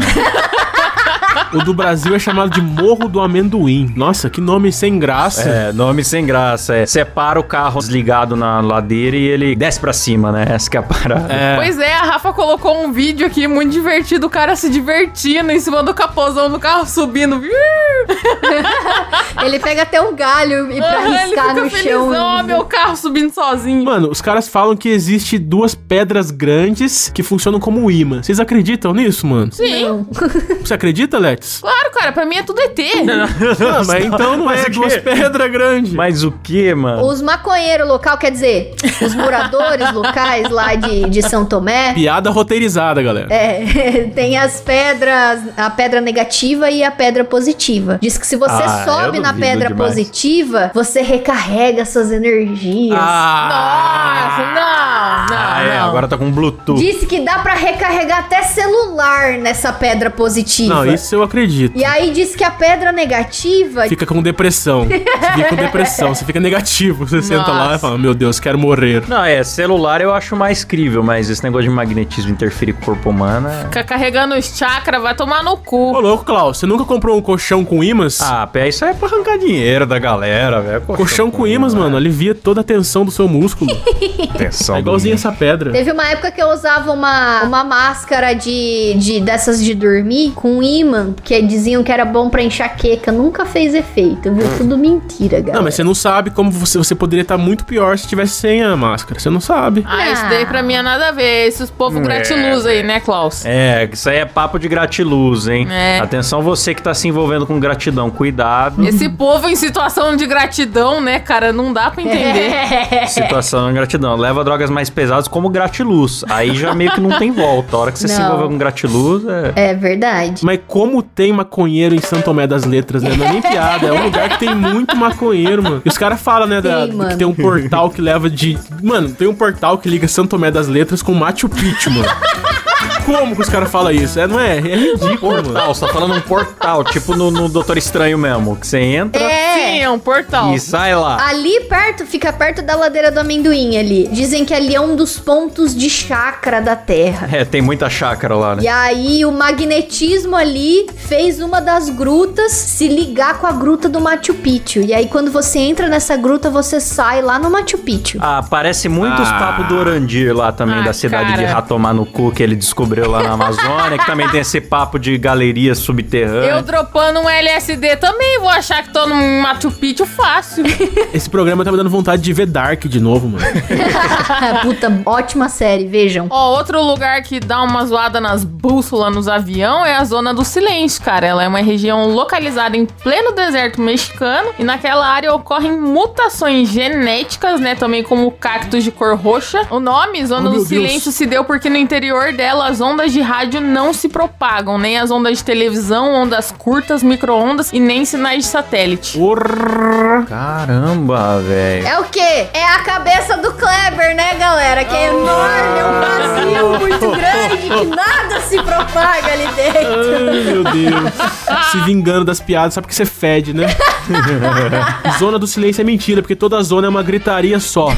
[SPEAKER 7] O do Brasil é chamado de Morro do Amendoim. Nossa, que nome sem graça.
[SPEAKER 1] É, nome sem graça. É, separa o carro desligado na ladeira e ele desce pra cima, né? Essa que é a parada.
[SPEAKER 3] Pois é, a Rafa colocou um vídeo aqui muito divertido, o cara se divertindo em cima do capozão do carro subindo.
[SPEAKER 6] Ele pega até um galho e pra
[SPEAKER 3] Aham, ele
[SPEAKER 6] riscar
[SPEAKER 3] fica
[SPEAKER 6] no chão. né?
[SPEAKER 3] felizão, ó, meu carro subindo sozinho.
[SPEAKER 7] Mano, os caras falam que existe duas pedras grandes que funcionam como um imã. Vocês acreditam nisso, mano?
[SPEAKER 3] Sim,
[SPEAKER 7] Você acredita, Let's?
[SPEAKER 3] claro, cara, pra mim é tudo ET.
[SPEAKER 7] Não, mas então não
[SPEAKER 1] Mas
[SPEAKER 7] é
[SPEAKER 1] o quê?
[SPEAKER 7] duas pedras grandes.
[SPEAKER 1] Mas o que, mano?
[SPEAKER 6] Os maconheiros local, quer dizer, os moradores locais lá de, de São Tomé.
[SPEAKER 7] Piada roteirizada, galera.
[SPEAKER 6] É, tem as pedras, a pedra negativa e a pedra positiva. Diz que se você
[SPEAKER 1] Ah,
[SPEAKER 6] sobe
[SPEAKER 1] eu
[SPEAKER 6] na
[SPEAKER 1] duvido
[SPEAKER 6] pedra
[SPEAKER 1] demais.
[SPEAKER 6] positiva, você recarrega suas energias.
[SPEAKER 7] Ah,
[SPEAKER 3] Nossa, não, Ah, não,
[SPEAKER 1] Ah, é,
[SPEAKER 3] não.
[SPEAKER 1] agora tá com Bluetooth.
[SPEAKER 6] Disse que dá pra recarregar até celular nessa pedra positiva.
[SPEAKER 7] Não, isso eu acredito.
[SPEAKER 6] E aí diz que a pedra negativa
[SPEAKER 7] Fica com depressão. Você fica com depressão, você fica negativo. Você senta lá e
[SPEAKER 3] Nossa.
[SPEAKER 7] fala, meu Deus, quero morrer.
[SPEAKER 1] Não, é, celular eu acho mais crível, mas esse negócio de magnetismo interferir com o corpo humano é...
[SPEAKER 3] Fica carregando os chakras, vai tomar no
[SPEAKER 7] Ô,
[SPEAKER 3] cu.
[SPEAKER 7] louco, Klaus, você nunca comprou um colchão com imãs?
[SPEAKER 1] Ah, pé, isso aí é pra arrancar dinheiro da galera, velho.
[SPEAKER 7] colchão com imãs, mano, alivia toda a tensão do seu músculo.
[SPEAKER 1] Atenção.
[SPEAKER 7] É igualzinho essa pedra.
[SPEAKER 6] Teve uma época que eu usava uma, uma máscara de, de dessas de dormir com ímã, que diziam que era bom pra enxaqueca. Nunca fez efeito, viu? Tudo mentira, galera.
[SPEAKER 7] Hum. Não, mas você não sabe como você, você poderia estar muito pior se tivesse sem a máscara. Você não sabe.
[SPEAKER 3] Ah, isso daí pra mim é nada a ver. Esses povos
[SPEAKER 6] é,
[SPEAKER 3] gratiluz aí, né, Klaus?
[SPEAKER 1] É, isso aí é papo de gratiluz, hein?
[SPEAKER 3] É.
[SPEAKER 1] Atenção você que tá se envolvendo com gratidão, cuidado.
[SPEAKER 3] Esse povo em situação de gratidão, né, cara? Não dá pra entender.
[SPEAKER 1] Situação de gratidão. Leva drogas mais pesadas como gratiluz. Aí já meio que não tem volta. A hora que você se
[SPEAKER 6] Não.
[SPEAKER 1] envolver com gratiluz, é...
[SPEAKER 6] É verdade.
[SPEAKER 7] Mas como tem maconheiro em São Tomé das Letras, né? Não é nem piada, é um lugar que tem muito maconheiro, mano. E os caras falam, né, da-
[SPEAKER 6] Tem,
[SPEAKER 7] que
[SPEAKER 6] mano.
[SPEAKER 7] tem um portal que leva de... Mano, tem um portal que liga São Tomé das Letras com Machu Picchu, mano. Como que os caras falam isso? É, não é? É ridículo, mano.
[SPEAKER 1] Portal, você tá falando um portal, tipo no, no Doutor Estranho mesmo, que você entra
[SPEAKER 3] Sim,
[SPEAKER 7] assim,
[SPEAKER 6] É.
[SPEAKER 3] é um portal.
[SPEAKER 1] e sai lá.
[SPEAKER 6] Ali perto, fica perto da ladeira do amendoim ali. Dizem que ali é um dos pontos de chakra da Terra.
[SPEAKER 1] É, tem muita chácara lá, né?
[SPEAKER 6] E aí, o magnetismo ali fez uma das grutas se ligar com a gruta do Machu Picchu. E aí, quando você entra nessa gruta, você sai lá no Machu Picchu.
[SPEAKER 1] Ah, parece muito os
[SPEAKER 7] Ah.
[SPEAKER 1] papos do Orandir lá também,
[SPEAKER 3] Ah,
[SPEAKER 1] da cidade
[SPEAKER 3] cara.
[SPEAKER 1] de Ratomar no cu que ele descobriu lá na Amazônia, que também tem esse papo de galeria
[SPEAKER 3] Eu
[SPEAKER 7] É.
[SPEAKER 1] subterrânea.
[SPEAKER 3] dropando um LSD também vou achar que tô num Machu Picchu fácil.
[SPEAKER 7] Esse programa tá me dando vontade de ver Dark de novo, mano.
[SPEAKER 6] É, Puta, ótima série, vejam.
[SPEAKER 3] Ó, outro lugar que dá uma zoada nas bússolas nos avião é a Zona do Silêncio, cara. Ela é uma região localizada em pleno deserto mexicano e naquela área ocorrem mutações genéticas, né? Também como o cactus de cor roxa. O nome Zona
[SPEAKER 7] Oh,
[SPEAKER 3] do
[SPEAKER 7] meu
[SPEAKER 3] Silêncio
[SPEAKER 7] Deus.
[SPEAKER 3] se deu porque no interior dela as ondas de rádio não se propagam, nem as ondas de televisão, ondas curtas, micro-ondas e nem sinais de satélite.
[SPEAKER 7] Porra.
[SPEAKER 1] Caramba, velho.
[SPEAKER 6] É o quê? É a cabeça do Kleber, né, galera? Que é enorme, é um vazio muito grande que nada se propaga ali dentro.
[SPEAKER 7] Ai, meu Deus. Se vingando das piadas, sabe que você fede, né? zona do silêncio é mentira, porque toda zona é uma gritaria só.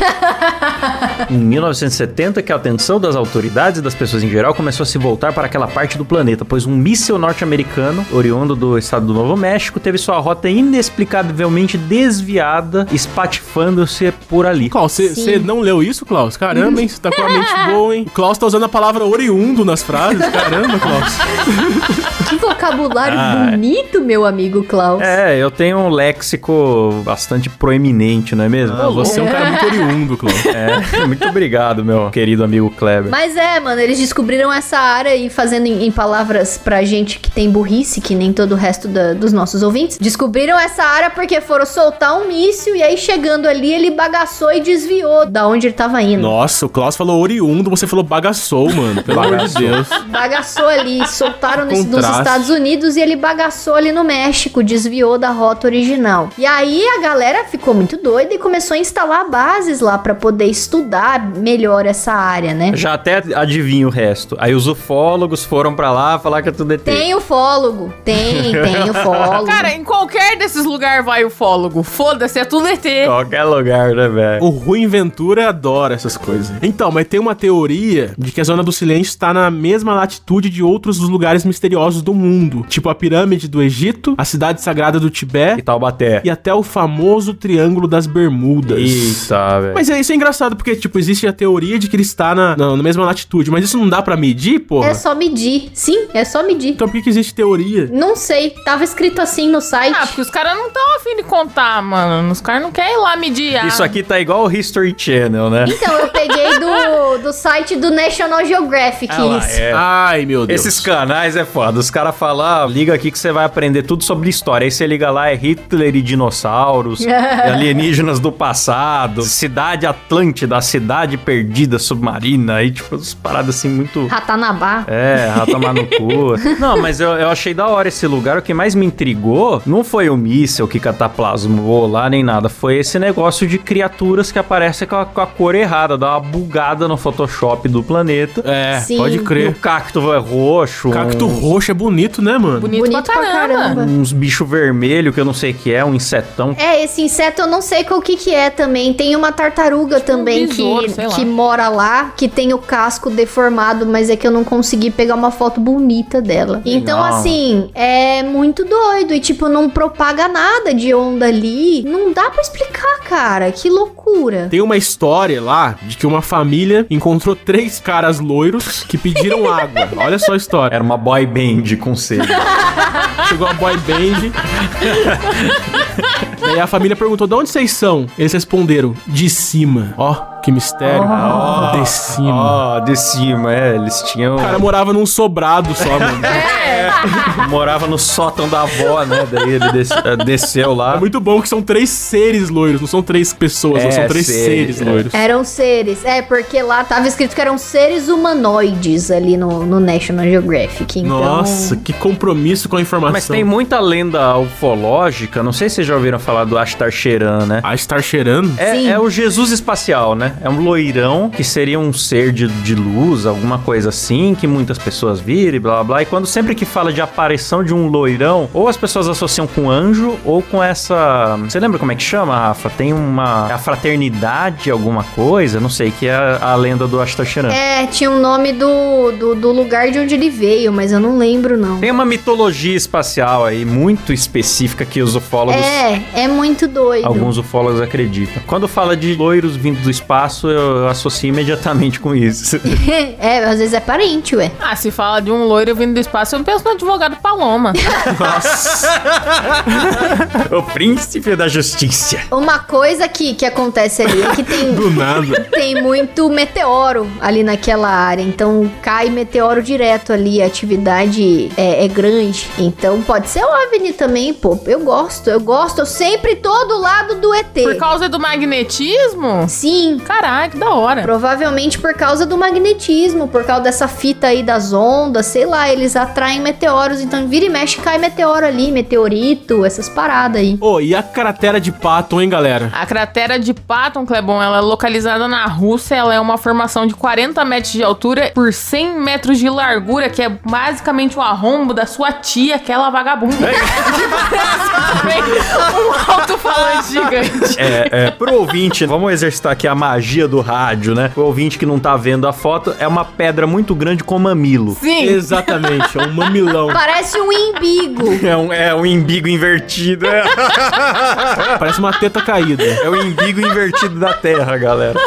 [SPEAKER 1] Em 1970, que a atenção das autoridades e das pessoas em geral começou a se voltar para aquela parte do planeta, pois um míssil norte-americano, oriundo do estado do Novo México, teve sua rota inexplicavelmente desviada, espatifando-se por ali.
[SPEAKER 7] Klaus, você não leu isso, Klaus? Caramba, hein? Você tá com a mente boa, hein? O Klaus tá usando a palavra oriundo nas frases. Caramba, Klaus.
[SPEAKER 6] Que vocabulário bonito, meu amigo Klaus.
[SPEAKER 1] É, eu tenho um léxico bastante proeminente, não é mesmo?
[SPEAKER 7] Ah, você é um cara muito oriundo, Klaus.
[SPEAKER 1] É, muito obrigado, meu querido amigo Kleber.
[SPEAKER 6] Mas é, mano, eles descobriram essa área e fazendo em, em palavras pra gente que tem burrice, que nem todo o resto da- dos nossos ouvintes, descobriram essa área porque foram soltar um míssil e aí chegando ali ele bagaçou e desviou da onde ele tava indo.
[SPEAKER 7] Nossa, o Klaus falou oriundo, você falou bagaçou, mano. Pelo amor de Deus.
[SPEAKER 6] Bagaçou ali, soltaram nos, nos
[SPEAKER 7] Contraste.
[SPEAKER 6] Estados Unidos e ele bagaçou ali no México, desviou da rota original. E aí a galera ficou muito doida e começou a instalar bases lá pra poder estudar melhor essa área, né?
[SPEAKER 1] Já até adivinho o resto. Aí os ufólogos foram pra lá falar que é tudo ET.
[SPEAKER 6] Tem ufólogo, tem, tem ufólogo.
[SPEAKER 3] Cara, em qualquer desses lugares vai ufólogo. Foda-se, é tudo ET.
[SPEAKER 1] Qualquer lugar, né, velho?
[SPEAKER 7] O Rui Ventura adora essas coisas. Então, mas tem uma teoria de que a Zona do Silêncio está na mesma latitude de outros dos lugares misteriosos do mundo, tipo a pirâmide do Egito, a cidade sagrada do Tibete
[SPEAKER 1] Itaubaté.
[SPEAKER 7] e até o famoso Triângulo das Bermudas.
[SPEAKER 1] Eita, velho.
[SPEAKER 7] Mas é, isso é engraçado, porque, tipo, existe a teoria de que ele está na, na, na mesma latitude, mas isso não dá pra medir, porra?
[SPEAKER 6] É só medir. Sim, é só medir.
[SPEAKER 7] Então por que, que existe teoria?
[SPEAKER 6] Não sei, tava escrito assim no site.
[SPEAKER 3] Ah, porque os caras não estão afim de contar, mano. Os caras não querem ir lá medir. ah,
[SPEAKER 1] Isso aqui tá igual o History Channel, né?
[SPEAKER 6] Então, eu peguei do, do site do National Geographic
[SPEAKER 1] Ah lá,
[SPEAKER 6] isso.
[SPEAKER 1] é.
[SPEAKER 7] Ai, meu Deus.
[SPEAKER 1] Esses canais é foda. Os caras falam, "Ah, liga aqui que você vai aprender tudo sobre história. Aí você liga lá, é Hitler e dinossauros, alienígenas do passado, cidade Atlântida, a cidade perdida submarina. Aí, tipo, umas paradas assim muito.
[SPEAKER 6] Ratanabá.
[SPEAKER 1] É, ratamar no cu. Não, mas eu, eu achei da hora esse lugar. O que mais me intrigou não foi o míssel que cataplasmou lá nem nada. Foi esse negócio de criaturas que aparecem com a, com a cor errada. Dá uma bugada no Photoshop do planeta.
[SPEAKER 7] É,
[SPEAKER 6] Sim.
[SPEAKER 7] pode
[SPEAKER 1] E o
[SPEAKER 7] crer.
[SPEAKER 1] cacto é roxo.
[SPEAKER 7] Cacto
[SPEAKER 1] um-
[SPEAKER 7] roxo é bonito, né, mano?
[SPEAKER 3] Bonito, pra caramba.
[SPEAKER 1] Uns bichos vermelhos que eu não sei o que é, um insetão.
[SPEAKER 6] É, esse inseto eu não sei qual que que é também. Tem uma tartaruga também
[SPEAKER 3] Tipo um besouro,
[SPEAKER 6] que,
[SPEAKER 3] sei lá.
[SPEAKER 6] que mora lá, que tem o casco deformado, mas é que eu não consegui pegar uma foto bonita dela. Então,
[SPEAKER 1] Legal.
[SPEAKER 6] assim, é muito doido e, tipo, não propaga nada de onda ali. Não dá pra explicar, cara. Que loucura.
[SPEAKER 7] Tem uma história lá de que uma família encontrou três caras loiros que pediram água. Olha só a história.
[SPEAKER 1] Era uma boy band com sede.
[SPEAKER 7] Chegou a boy band. Daí a família perguntou: de onde vocês são? Eles responderam: de cima. Ó, que mistério. de cima.
[SPEAKER 1] Ó, de cima, é. Eles tinham.
[SPEAKER 7] O cara morava num sobrado só, mano.
[SPEAKER 1] morava no sótão da avó, né? Daí ele des- desceu lá.
[SPEAKER 7] É muito bom que são três seres loiros, não são três pessoas,
[SPEAKER 1] É,
[SPEAKER 7] são três
[SPEAKER 1] seres,
[SPEAKER 7] seres,
[SPEAKER 1] é.
[SPEAKER 7] loiros.
[SPEAKER 6] Eram seres. É, porque lá tava escrito que eram seres humanoides ali no, no National Geographic. Então...
[SPEAKER 7] Nossa, que compromisso com a informação.
[SPEAKER 1] Mas tem muita lenda ufológica, não sei se vocês já ouviram falar do Ashtar Sheran, né?
[SPEAKER 7] A estar cheirando?
[SPEAKER 1] É,
[SPEAKER 6] Sim.
[SPEAKER 1] é o Jesus espacial, né? É um loirão que seria um ser de, de luz, alguma coisa assim, que muitas pessoas viram e blá blá blá. E quando sempre que fala de aparição de um loirão, ou as pessoas associam com anjo ou com essa. Você lembra como é que chama, Rafa? Tem uma. A fraternidade, alguma coisa, não sei, que é a, a lenda do Ashtar Sheran.
[SPEAKER 6] É, tinha o nome do, do, do lugar de onde ele veio, mas eu não lembro, não.
[SPEAKER 1] Tem uma mitologia espacial aí muito específica que os ufólogos
[SPEAKER 6] É, é muito doido.
[SPEAKER 1] Alguns ufólogos acreditam. Quando fala de loiros vindo do espaço, eu associo imediatamente com isso.
[SPEAKER 6] é, às vezes é parente, ué.
[SPEAKER 3] Ah, se fala de um loiro vindo do espaço, eu penso no advogado Paloma.
[SPEAKER 1] o príncipe da justiça.
[SPEAKER 6] Uma coisa que, que acontece ali é que tem,
[SPEAKER 7] Do nada.
[SPEAKER 6] tem muito meteoro ali naquela área. Então cai meteoro direto ali, a atividade é, é grande. Então pode ser OVNI também, pô. Eu gosto, eu gosto. Eu sempre tô do lado do ET.
[SPEAKER 3] Por causa do magnetismo?
[SPEAKER 6] Sim,
[SPEAKER 3] Caralho, que da hora.
[SPEAKER 6] É. Provavelmente por causa do magnetismo, por causa dessa fita aí das ondas, sei lá, eles atraem meteoros, então vira e mexe cai meteoro ali, meteorito, essas paradas aí.
[SPEAKER 7] Ô, e a cratera de pato, hein, galera?
[SPEAKER 3] A cratera de Patton, Clebon, ela é localizada na Rússia, ela é uma formação de 40 metros de altura por 100 metros de largura, que é basicamente o arrombo da sua tia, aquela vagabunda. Parece também um alto-falante gigante.
[SPEAKER 1] É, é, pro ouvinte, vamos exercitar aqui a magia do rádio, né? O ouvinte que não tá vendo a foto é uma pedra muito grande com mamilo.
[SPEAKER 3] Sim.
[SPEAKER 5] Exatamente, é um mamilão.
[SPEAKER 6] Parece um imbigo.
[SPEAKER 1] É um, é um imbigo invertido. É,
[SPEAKER 5] Parece uma teta caída.
[SPEAKER 1] é o imbigo invertido da Terra, galera.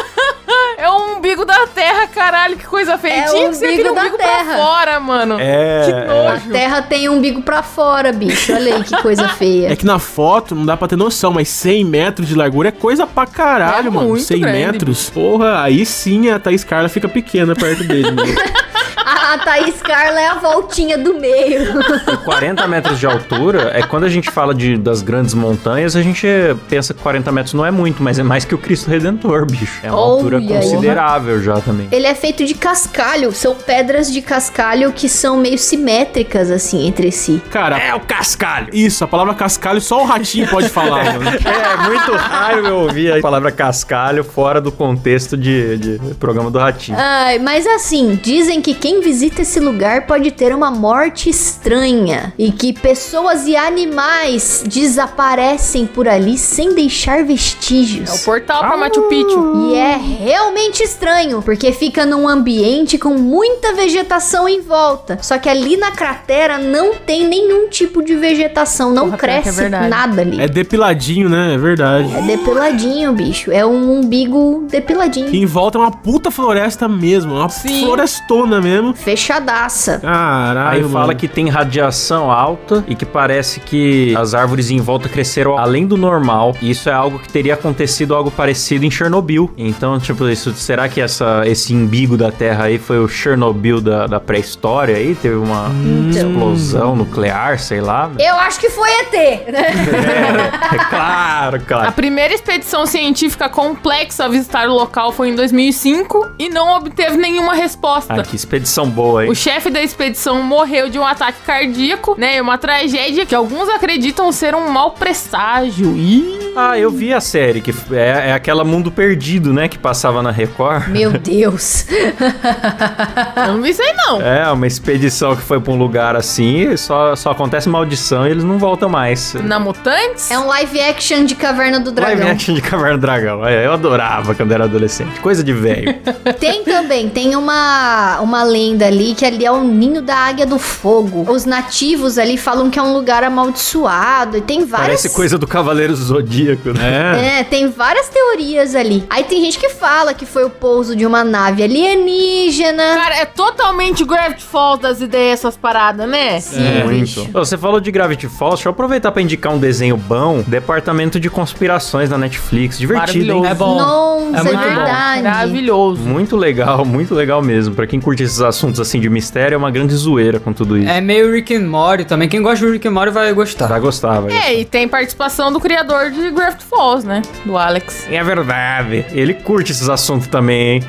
[SPEAKER 3] É um umbigo da terra, caralho. Que coisa feia.
[SPEAKER 6] É
[SPEAKER 3] Tinha
[SPEAKER 6] o
[SPEAKER 3] que ser aquele
[SPEAKER 6] umbigo da
[SPEAKER 3] umbigo pra
[SPEAKER 6] terra.
[SPEAKER 3] fora, mano.
[SPEAKER 1] É.
[SPEAKER 3] Que
[SPEAKER 6] A
[SPEAKER 3] nojo.
[SPEAKER 6] terra tem um umbigo pra fora, bicho. Olha aí que coisa
[SPEAKER 5] É
[SPEAKER 6] feia.
[SPEAKER 5] que na foto não dá pra ter noção, mas 100 metros de largura é coisa pra caralho,
[SPEAKER 3] É
[SPEAKER 5] mano.
[SPEAKER 3] muito
[SPEAKER 5] 100
[SPEAKER 3] grande.
[SPEAKER 5] metros. Porra, aí sim a Thaís Carla fica pequena perto dele, né? mano.
[SPEAKER 6] A, a Thaís Carla é a voltinha do meio.
[SPEAKER 1] E 40 metros de altura é quando a gente fala de, das grandes montanhas, a gente pensa que 40 metros não é muito, mas é mais que o Cristo Redentor, bicho. É uma
[SPEAKER 6] Olha
[SPEAKER 1] altura
[SPEAKER 6] aí.
[SPEAKER 1] considerável já também.
[SPEAKER 6] Ele é feito de cascalho. São pedras de cascalho que são meio simétricas, assim, entre si.
[SPEAKER 5] Cara,
[SPEAKER 1] É o cascalho!
[SPEAKER 5] isso, a palavra cascalho só o ratinho pode falar, mano.
[SPEAKER 1] É muito raro eu ouvir a palavra cascalho fora do contexto de, de programa do Ratinho.
[SPEAKER 6] Ai, mas assim, dizem que quem visita esse lugar pode ter uma morte estranha e que pessoas e animais desaparecem por ali sem deixar vestígios.
[SPEAKER 3] É o portal pra Machu Picchu.
[SPEAKER 6] E é realmente estranho, porque fica num ambiente com muita vegetação em volta. Só que ali na cratera não tem nenhum tipo de vegetação, não
[SPEAKER 3] Porra, pior que é
[SPEAKER 6] cresce
[SPEAKER 3] verdade.
[SPEAKER 6] nada ali.
[SPEAKER 5] É depiladinho, né? É verdade.
[SPEAKER 6] É depiladinho, bicho. É um umbigo
[SPEAKER 5] E
[SPEAKER 6] depiladinho.
[SPEAKER 5] em volta é uma puta floresta mesmo, uma
[SPEAKER 3] Sim.
[SPEAKER 5] florestona mesmo.
[SPEAKER 6] Fechadaça.
[SPEAKER 1] Aí
[SPEAKER 5] Caralho,
[SPEAKER 1] fala
[SPEAKER 5] mano.
[SPEAKER 1] que tem radiação alta e que parece que as árvores em volta cresceram além do normal. E isso é algo que teria acontecido algo parecido em Chernobyl. Então, tipo, isso, será que essa, esse imbigo da Terra aí foi o Chernobyl da, da pré-história aí? Teve uma
[SPEAKER 6] Então. É
[SPEAKER 1] explosão nuclear, sei lá. né?
[SPEAKER 6] Eu acho que foi ET, né?
[SPEAKER 1] É, claro,
[SPEAKER 3] A
[SPEAKER 1] claro.
[SPEAKER 3] primeira expedição científica complexa a visitar o local foi em 2005 e não obteve nenhuma resposta.
[SPEAKER 1] Ah, que expedição boa, hein?
[SPEAKER 3] O chefe da expedição morreu de um ataque cardíaco, né? E uma tragédia que alguns acreditam ser um mau presságio. Ih,
[SPEAKER 1] Ah, eu vi a série, que é, é aquela Mundo Perdido, né? Que passava na Record.
[SPEAKER 6] Meu Deus.
[SPEAKER 3] eu não vi isso aí, não.
[SPEAKER 1] É, uma expedição que foi pra um lugar assim, e só, só acontece maldição e eles não voltam mais.
[SPEAKER 3] Na Mutantes?
[SPEAKER 6] É um live action de Caverna do
[SPEAKER 1] Live
[SPEAKER 6] Dragão.
[SPEAKER 1] action de Caverna do Dragão. É, Eu adorava quando era adolescente. Coisa de velho.
[SPEAKER 6] Tem também, tem uma, uma lenda ali que ali é o ninho da águia do fogo. Os nativos ali falam que é um lugar amaldiçoado e tem várias.
[SPEAKER 1] Parece coisa do Cavaleiro Zodíaco, né?
[SPEAKER 6] É, tem várias teorias ali. Aí tem gente que fala que foi o pouso de uma nave alienígena.
[SPEAKER 3] Cara, é totalmente Gravity Falls das ideias, essas paradas, né?
[SPEAKER 8] É,
[SPEAKER 6] Sim, bicho.
[SPEAKER 1] Ô, Você falou de Gravity Falls, deixa eu aproveitar pra indicar um desenho bom. Departamento de Conspirações da Netflix. Divertido, hein?
[SPEAKER 3] Maravilhoso.
[SPEAKER 8] É bom.
[SPEAKER 6] Nossa,
[SPEAKER 8] É
[SPEAKER 6] é,
[SPEAKER 8] muito bom.
[SPEAKER 6] verdade.
[SPEAKER 3] Maravilhoso.
[SPEAKER 1] Muito legal, muito legal mesmo. Pra quem curte esses assuntos assim de mistério, é uma grande zoeira com tudo isso.
[SPEAKER 8] É meio Rick and Morty também. Quem gosta de Rick and Morty vai gostar.
[SPEAKER 1] Vai gostar, vai
[SPEAKER 3] É, e tem participação do criador de Gravity Falls, né? Do Alex.
[SPEAKER 1] É verdade. Ele curte esses assuntos também, hein?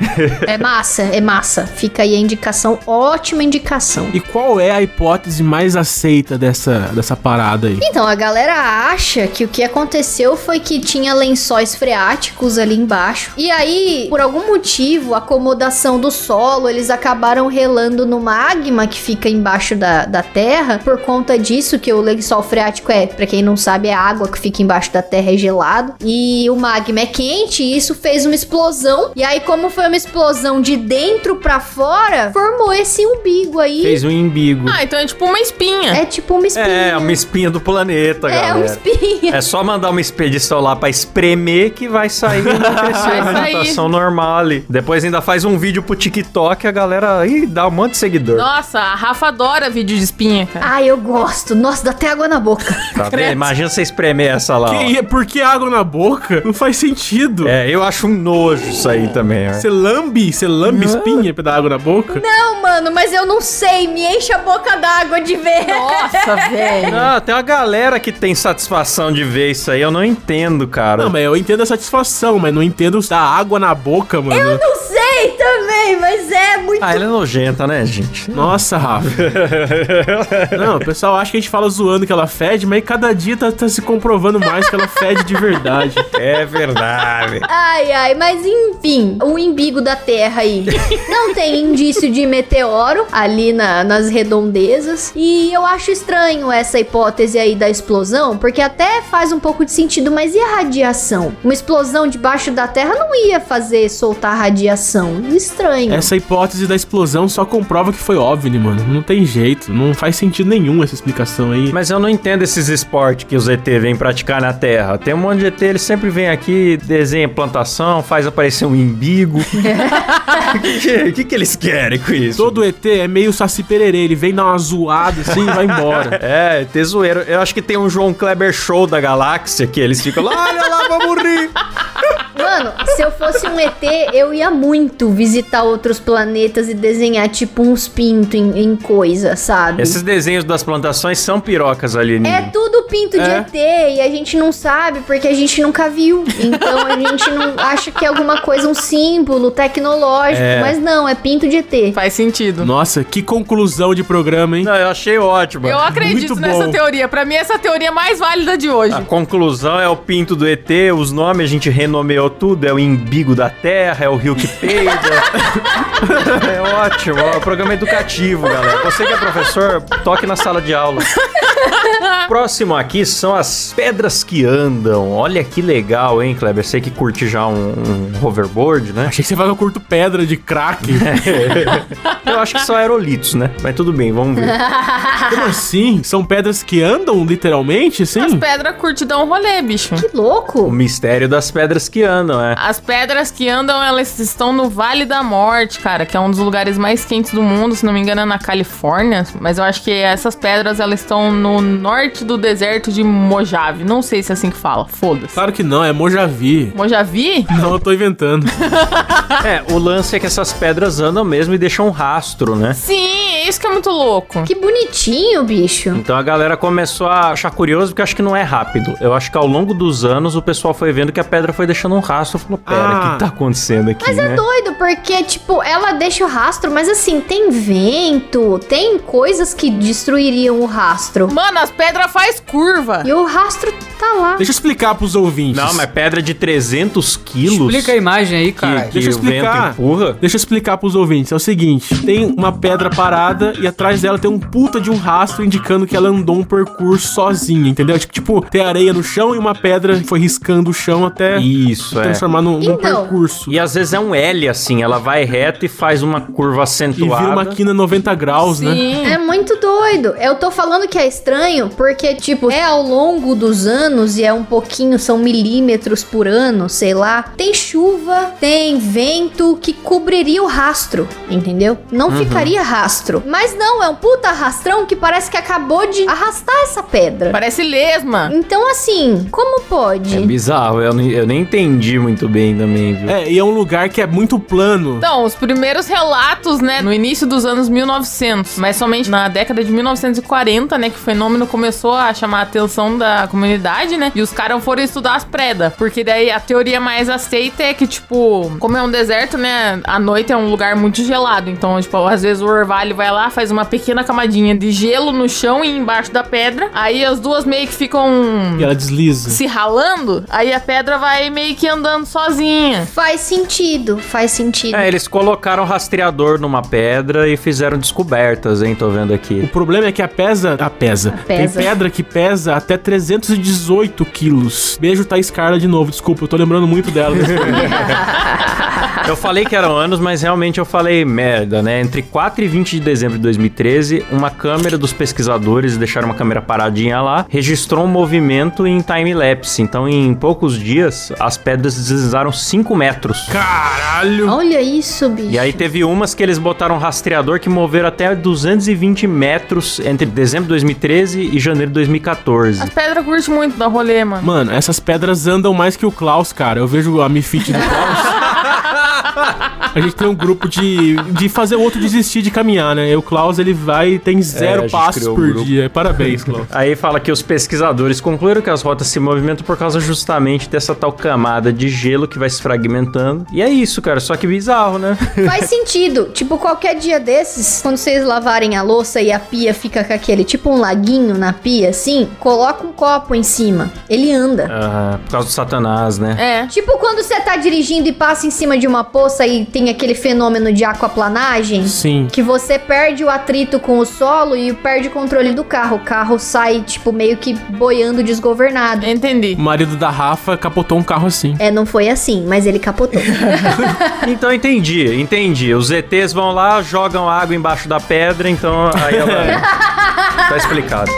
[SPEAKER 6] É massa, é massa. Fica aí a indicação, ótima indicação.
[SPEAKER 5] E qual é a hipótese mais aceita dessa, dessa parada aí?
[SPEAKER 6] Então, a galera acha que o que aconteceu foi que tinha lençóis freáticos ali embaixo. E aí, por algum motivo, a acomodação do solo, eles acabaram relando no magma que fica embaixo da, da terra. Por conta disso, que o lençol freático é, pra quem não sabe, é a água que fica embaixo da terra é gelado. E o magma é quente, e isso fez uma explosão. E aí, como foi uma explosão de dentro pra fora, formou esse umbigo aí.
[SPEAKER 1] Fez um imbigo.
[SPEAKER 3] Ah, então é tipo uma espinha.
[SPEAKER 6] É tipo uma espinha.
[SPEAKER 1] É, uma espinha do planeta,
[SPEAKER 6] É,
[SPEAKER 1] galera.
[SPEAKER 6] uma espinha.
[SPEAKER 1] É só mandar uma expedição lá pra espremer que vai sair e vai crescer
[SPEAKER 3] Vai
[SPEAKER 1] a vegetação normal ali. Depois ainda faz um vídeo pro TikTok, a galera aí dá um monte de seguidor.
[SPEAKER 3] Nossa, a Rafa adora vídeo de espinha, cara.
[SPEAKER 6] Ai, Ah, eu gosto. Nossa, dá até água na boca.
[SPEAKER 1] tá vendo?
[SPEAKER 3] credo.
[SPEAKER 1] Imagina você espremer essa lá. ó.
[SPEAKER 5] Que, por que é água na boca? Não faz sentido.
[SPEAKER 1] É, eu acho um nojo isso aí também. ó.
[SPEAKER 5] Você lambe, você lambe espinha pra dar água na boca?
[SPEAKER 6] Não, mano, mas eu não sei. Me enche a boca d'água de ver.
[SPEAKER 3] Nossa, velho.
[SPEAKER 1] Ah, tem uma galera que tem satisfação de ver isso aí, eu não entendo, cara.
[SPEAKER 5] Não, mas eu entendo a satisfação, mas não entendo dar água na boca, mano.
[SPEAKER 6] Não sei
[SPEAKER 10] também, mas é muito.
[SPEAKER 1] Ah, ela é nojenta, né, gente?
[SPEAKER 5] Nossa, Rafa. Não, o pessoal acha que a gente fala zoando que ela fede, mas cada dia tá, tá se comprovando mais que ela fede de verdade.
[SPEAKER 1] É verdade.
[SPEAKER 6] Ai, ai, mas enfim, o embigo da Terra aí. Não tem indício de meteoro ali na- nas redondezas. E eu acho estranho essa hipótese aí da explosão, porque até faz um pouco de sentido, mas e a radiação? Uma explosão debaixo da Terra não ia fazer soltar radiação. Estranho.
[SPEAKER 5] Essa hipótese da explosão só comprova que foi OVNI, mano. Não tem jeito. Não faz sentido nenhum essa explicação aí.
[SPEAKER 1] Mas eu não entendo esses esportes que os ET vêm praticar na Terra. Tem um monte de ET, eles sempre vêm aqui, desenha plantação, faz aparecer um imbigo. O que, que, que eles querem com isso?
[SPEAKER 5] Todo ET é meio saci pererê, ele vem dar uma zoada assim e vai embora.
[SPEAKER 1] É, ET zoeiro. Eu acho que tem um João Kleber Show da Galáxia que eles ficam lá, olha lá, vamos rir.
[SPEAKER 6] Mano, se eu fosse um ET, eu ia muito visitar outros planetas e desenhar tipo uns pinto em, em coisa, sabe?
[SPEAKER 1] Esses desenhos das plantações são pirocas
[SPEAKER 6] É
[SPEAKER 1] alienígenas.
[SPEAKER 6] tudo pinto de
[SPEAKER 1] É.
[SPEAKER 6] ET e a gente não sabe porque a gente nunca viu. Então a gente não acha que é alguma coisa, um símbolo tecnológico, mas não, é pinto de ET.
[SPEAKER 3] Faz sentido.
[SPEAKER 5] Nossa, que conclusão de programa, hein?
[SPEAKER 1] Não, eu achei ótimo.
[SPEAKER 3] Eu acredito
[SPEAKER 5] muito
[SPEAKER 3] nessa
[SPEAKER 5] bom.
[SPEAKER 3] teoria. Pra mim, essa é a teoria mais válida de hoje.
[SPEAKER 1] A conclusão é o pinto do ET, os nomes a gente renomeou tudo, é o imbigo da terra, é o rio que peida. é ótimo, ó, o programa é educativo, galera. Você que é professor, toque na sala de aula. Próximo aqui são as pedras que andam. Olha que legal, hein, Kleber? Você que curte já um, um hoverboard, né?
[SPEAKER 5] Achei que você vai eu curto pedra de crack.
[SPEAKER 1] Eu acho que são aerolitos, né? Mas tudo bem, vamos ver.
[SPEAKER 5] Como assim? São pedras que andam, literalmente,
[SPEAKER 3] As
[SPEAKER 5] assim?
[SPEAKER 3] pedras curtem dar um rolê, bicho.
[SPEAKER 6] Que
[SPEAKER 1] O
[SPEAKER 6] louco!
[SPEAKER 1] mistério das pedras que andam, é.
[SPEAKER 3] As pedras que andam, elas estão no Vale da Morte, cara, que é um dos lugares mais quentes do mundo, se não me engano, é na Califórnia. Mas eu acho que essas pedras, elas estão no norte do deserto de Mojave. Não sei se é assim que fala.
[SPEAKER 7] Tá.
[SPEAKER 3] Foda-se.
[SPEAKER 5] Claro que não, é Mojavi.
[SPEAKER 3] Mojave?
[SPEAKER 5] Não, eu tô inventando.
[SPEAKER 1] É, o lance é que essas pedras andam mesmo e deixam um rastro, né?
[SPEAKER 3] Sim, isso que é muito louco.
[SPEAKER 6] Que bonitinho, bicho.
[SPEAKER 1] Então a galera começou a achar curioso porque eu acho que não é rápido. Eu acho que ao longo dos anos o pessoal foi vendo que a pedra foi deixando um rastro. Falou, pera, o
[SPEAKER 5] Ah.
[SPEAKER 1] que tá acontecendo aqui,
[SPEAKER 6] Mas
[SPEAKER 1] né?
[SPEAKER 6] é doido, porque, tipo, ela deixa o rastro, mas assim, tem vento, tem coisas que destruiriam o rastro.
[SPEAKER 3] Mano, as pedras faz curva.
[SPEAKER 6] E o rastro tá lá.
[SPEAKER 5] Deixa eu explicar pros ouvintes.
[SPEAKER 1] Não, mas pedra de 300 quilos
[SPEAKER 8] Explica a imagem aí,
[SPEAKER 1] que,
[SPEAKER 8] cara.
[SPEAKER 1] que
[SPEAKER 5] Deixa eu
[SPEAKER 1] o vento
[SPEAKER 5] explicar.
[SPEAKER 1] empurra.
[SPEAKER 5] Deixa eu explicar pros ouvintes. É o seguinte: tem uma pedra parada e atrás dela tem um puta de um rastro indicando que ela andou um percurso sozinha, entendeu? Tipo, tipo, tem areia no chão e uma pedra que foi riscando o chão até
[SPEAKER 1] Isso, é.
[SPEAKER 5] transformar num, num
[SPEAKER 6] Então.
[SPEAKER 5] percurso.
[SPEAKER 1] E às vezes é um L, assim, ela vai reta e faz uma curva
[SPEAKER 5] E vira
[SPEAKER 1] acentuada.
[SPEAKER 5] uma quina 90 graus, né?
[SPEAKER 3] Sim.
[SPEAKER 6] É muito doido. Eu tô falando que é estranho porque, tipo, é ao longo dos anos e é um pouquinho, são milímetros por ano, sei lá. Tem chuva, tem vento que cobriria o rastro, entendeu? Não
[SPEAKER 1] Uhum.
[SPEAKER 6] ficaria rastro. Mas não, é um puta arrastrão que parece que acabou de arrastar essa pedra.
[SPEAKER 3] Parece lesma.
[SPEAKER 6] Então, assim, como pode?
[SPEAKER 1] É bizarro, eu, nem- eu nem entendi muito bem também, viu?
[SPEAKER 5] É, e é um lugar que é muito plano.
[SPEAKER 3] Então, os primeiros relatos, né, no início dos anos 1900, mas somente na década de 1940, né, que o fenômeno começou a chamar a atenção da comunidade, né, e os caras foram estudar as predas, porque daí a teoria mais aceita é que, tipo, como é um deserto, né, a noite é um lugar muito gelado, então, tipo, às vezes o orvalho vai lá, faz uma pequena camadinha de gelo no chão e embaixo da pedra, aí as duas meio que ficam
[SPEAKER 5] E ela desliza.
[SPEAKER 3] se ralando, aí a pedra vai meio que andando sozinha.
[SPEAKER 6] Faz sentido, faz sentido.
[SPEAKER 1] É, eles colocaram rastreador numa pedra e fizeram descobertas, hein? Tô vendo
[SPEAKER 5] O
[SPEAKER 1] aqui.
[SPEAKER 5] problema é que a pesa. A pesa.
[SPEAKER 6] pesa.
[SPEAKER 5] Tem pedra que pesa até 318 quilos. Beijo, Thaís Carla, de novo. Desculpa, eu tô lembrando muito dela.
[SPEAKER 1] Eu falei que eram anos, mas realmente eu falei merda, né? Entre 4 e 20 de dezembro de 2013, uma câmera dos pesquisadores, deixaram uma câmera paradinha lá, registrou um movimento em time-lapse. Então, em poucos dias, as pedras deslizaram 5 metros.
[SPEAKER 5] Caralho!
[SPEAKER 6] Olha isso, bicho.
[SPEAKER 1] E aí teve umas que eles botaram um rastreador que moveram até 220 metros entre dezembro de 2013 e janeiro de 2014.
[SPEAKER 3] As pedras curtem muito dar rolê, mano.
[SPEAKER 5] Mano, essas pedras andam mais que o Klaus, cara. Eu vejo a Mifit do Klaus. A gente tem um grupo de, de fazer o outro desistir de caminhar, né? E o Klaus, ele vai e tem
[SPEAKER 1] É, a
[SPEAKER 5] zero
[SPEAKER 1] gente
[SPEAKER 5] passos
[SPEAKER 1] criou um
[SPEAKER 5] por
[SPEAKER 1] grupo.
[SPEAKER 5] dia. Parabéns, Klaus.
[SPEAKER 1] Aí fala que os pesquisadores concluíram que as rotas se movimentam por causa justamente dessa tal camada de gelo que vai se fragmentando. E é isso, cara. Só que bizarro, né?
[SPEAKER 6] Faz sentido. Tipo, qualquer dia desses, quando vocês lavarem a louça e a pia fica com aquele tipo um laguinho na pia, assim, coloca um copo em cima. Ele anda.
[SPEAKER 1] Ah, por causa do Satanás, né?
[SPEAKER 3] É.
[SPEAKER 6] Tipo quando você tá dirigindo e passa em cima de uma poça e tem aquele fenômeno de aquaplanagem.
[SPEAKER 5] Sim.
[SPEAKER 6] Que você perde o atrito com o solo e perde o controle do carro. O carro sai, tipo, meio que boiando desgovernado.
[SPEAKER 3] Entendi.
[SPEAKER 5] O marido da Rafa capotou um carro assim.
[SPEAKER 6] É, não foi assim, mas ele capotou.
[SPEAKER 1] Então entendi, entendi. Os ETs vão lá, jogam água embaixo da pedra, então aí ela. tá explicado.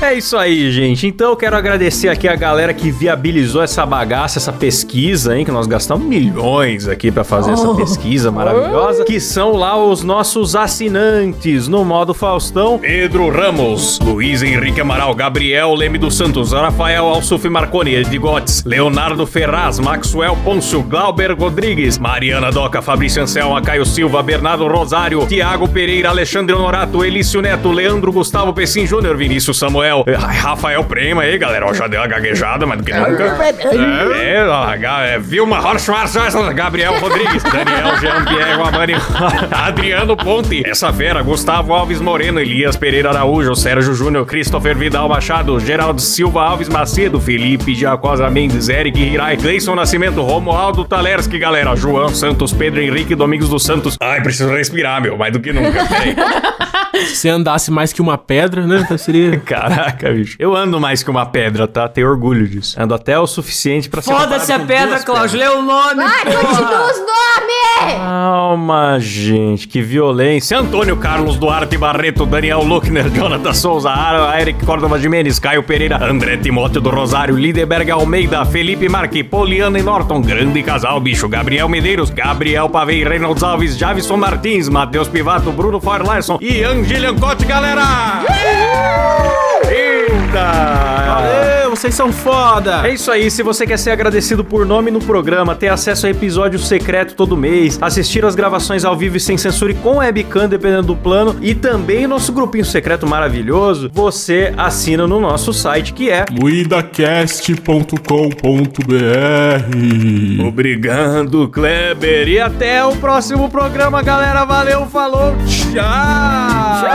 [SPEAKER 1] É isso aí, gente. Então eu quero agradecer aqui a galera que viabilizou essa bagaça, essa pesquisa, hein? Que nós gastamos milhões aqui pra fazer essa pesquisa maravilhosa. Que são lá os nossos assinantes no modo Faustão.
[SPEAKER 2] Pedro Ramos, Luiz Henrique Amaral, Gabriel Leme dos Santos, Rafael Alsuf Marconi, Edgotes, Leonardo Ferraz, Maxwell Pôncio, Glauber Rodrigues, Mariana Doca, Fabrício Anselma, Caio Silva, Bernardo Rosário, Tiago Pereira, Alexandre Honorato, Elício Neto, Leandro Gustavo Pessim Júnior, Vinícius Samuel, eh, Rafael Prema, aí galera, ó, já deu uma gaguejada, mas do que nunca. É, é, ó, Ga- é, Vilma Horschwarz, Gabriel Rodrigues, Daniel Jean-Pierre Guamani, Adriano Ponte, essa fera, Gustavo Alves Moreno, Elias Pereira Araújo, Sérgio Júnior, Christopher Vidal Machado, Geraldo Silva Alves Macedo, Felipe Jacosa Mendes, Eric Hirai, Gleison Nascimento, Romualdo Talerski, galera, João Santos, Pedro Henrique Domingos dos Santos. Ai, preciso respirar, meu, mais do que nunca, peraí.
[SPEAKER 5] Se andasse mais que uma pedra, né? então Seria.
[SPEAKER 1] Caraca, bicho. Eu ando mais que uma pedra, tá? Tenho orgulho disso. Ando até o suficiente pra
[SPEAKER 8] Foda-se a pedra, Cláudio. Lê o nome.
[SPEAKER 6] Vai, continua os nomes!
[SPEAKER 1] Calma, gente, que violência.
[SPEAKER 2] Antônio Carlos Duarte Barreto, Daniel Luckner, Jonathan Souza, Ara- Eric Córdova Jimenez, Caio Pereira, André Timóteo do Rosário, Lideberg Almeida, Felipe Marque, Poliana e Norton, grande casal, bicho, Gabriel Medeiros, Gabriel Pavei, Reynolds Alves, Javison Martins, Matheus Pivato, Bruno Forlarson e Angelian Cote, galera! Eita!
[SPEAKER 5] Ê, vocês são foda!
[SPEAKER 1] É isso aí, se você quer ser agradecido por nome no programa, ter acesso a episódio secreto todo mês, assistir as gravações ao vivo e sem censura e com webcam, dependendo do plano, e também nosso grupinho secreto maravilhoso, você assina no nosso site que é
[SPEAKER 5] Luidacast.com.br
[SPEAKER 2] Obrigado, Kleber!
[SPEAKER 1] E até o próximo programa, galera. Valeu, falou, tchau.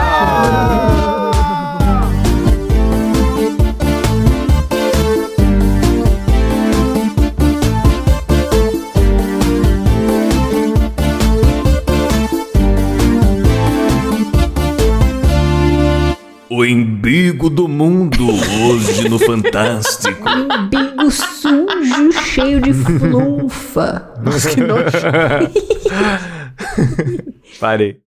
[SPEAKER 2] O embigo do mundo hoje no Fantástico.
[SPEAKER 6] Umbigo sujo, cheio de flunfa. Nossa, que nojo.
[SPEAKER 1] Parei.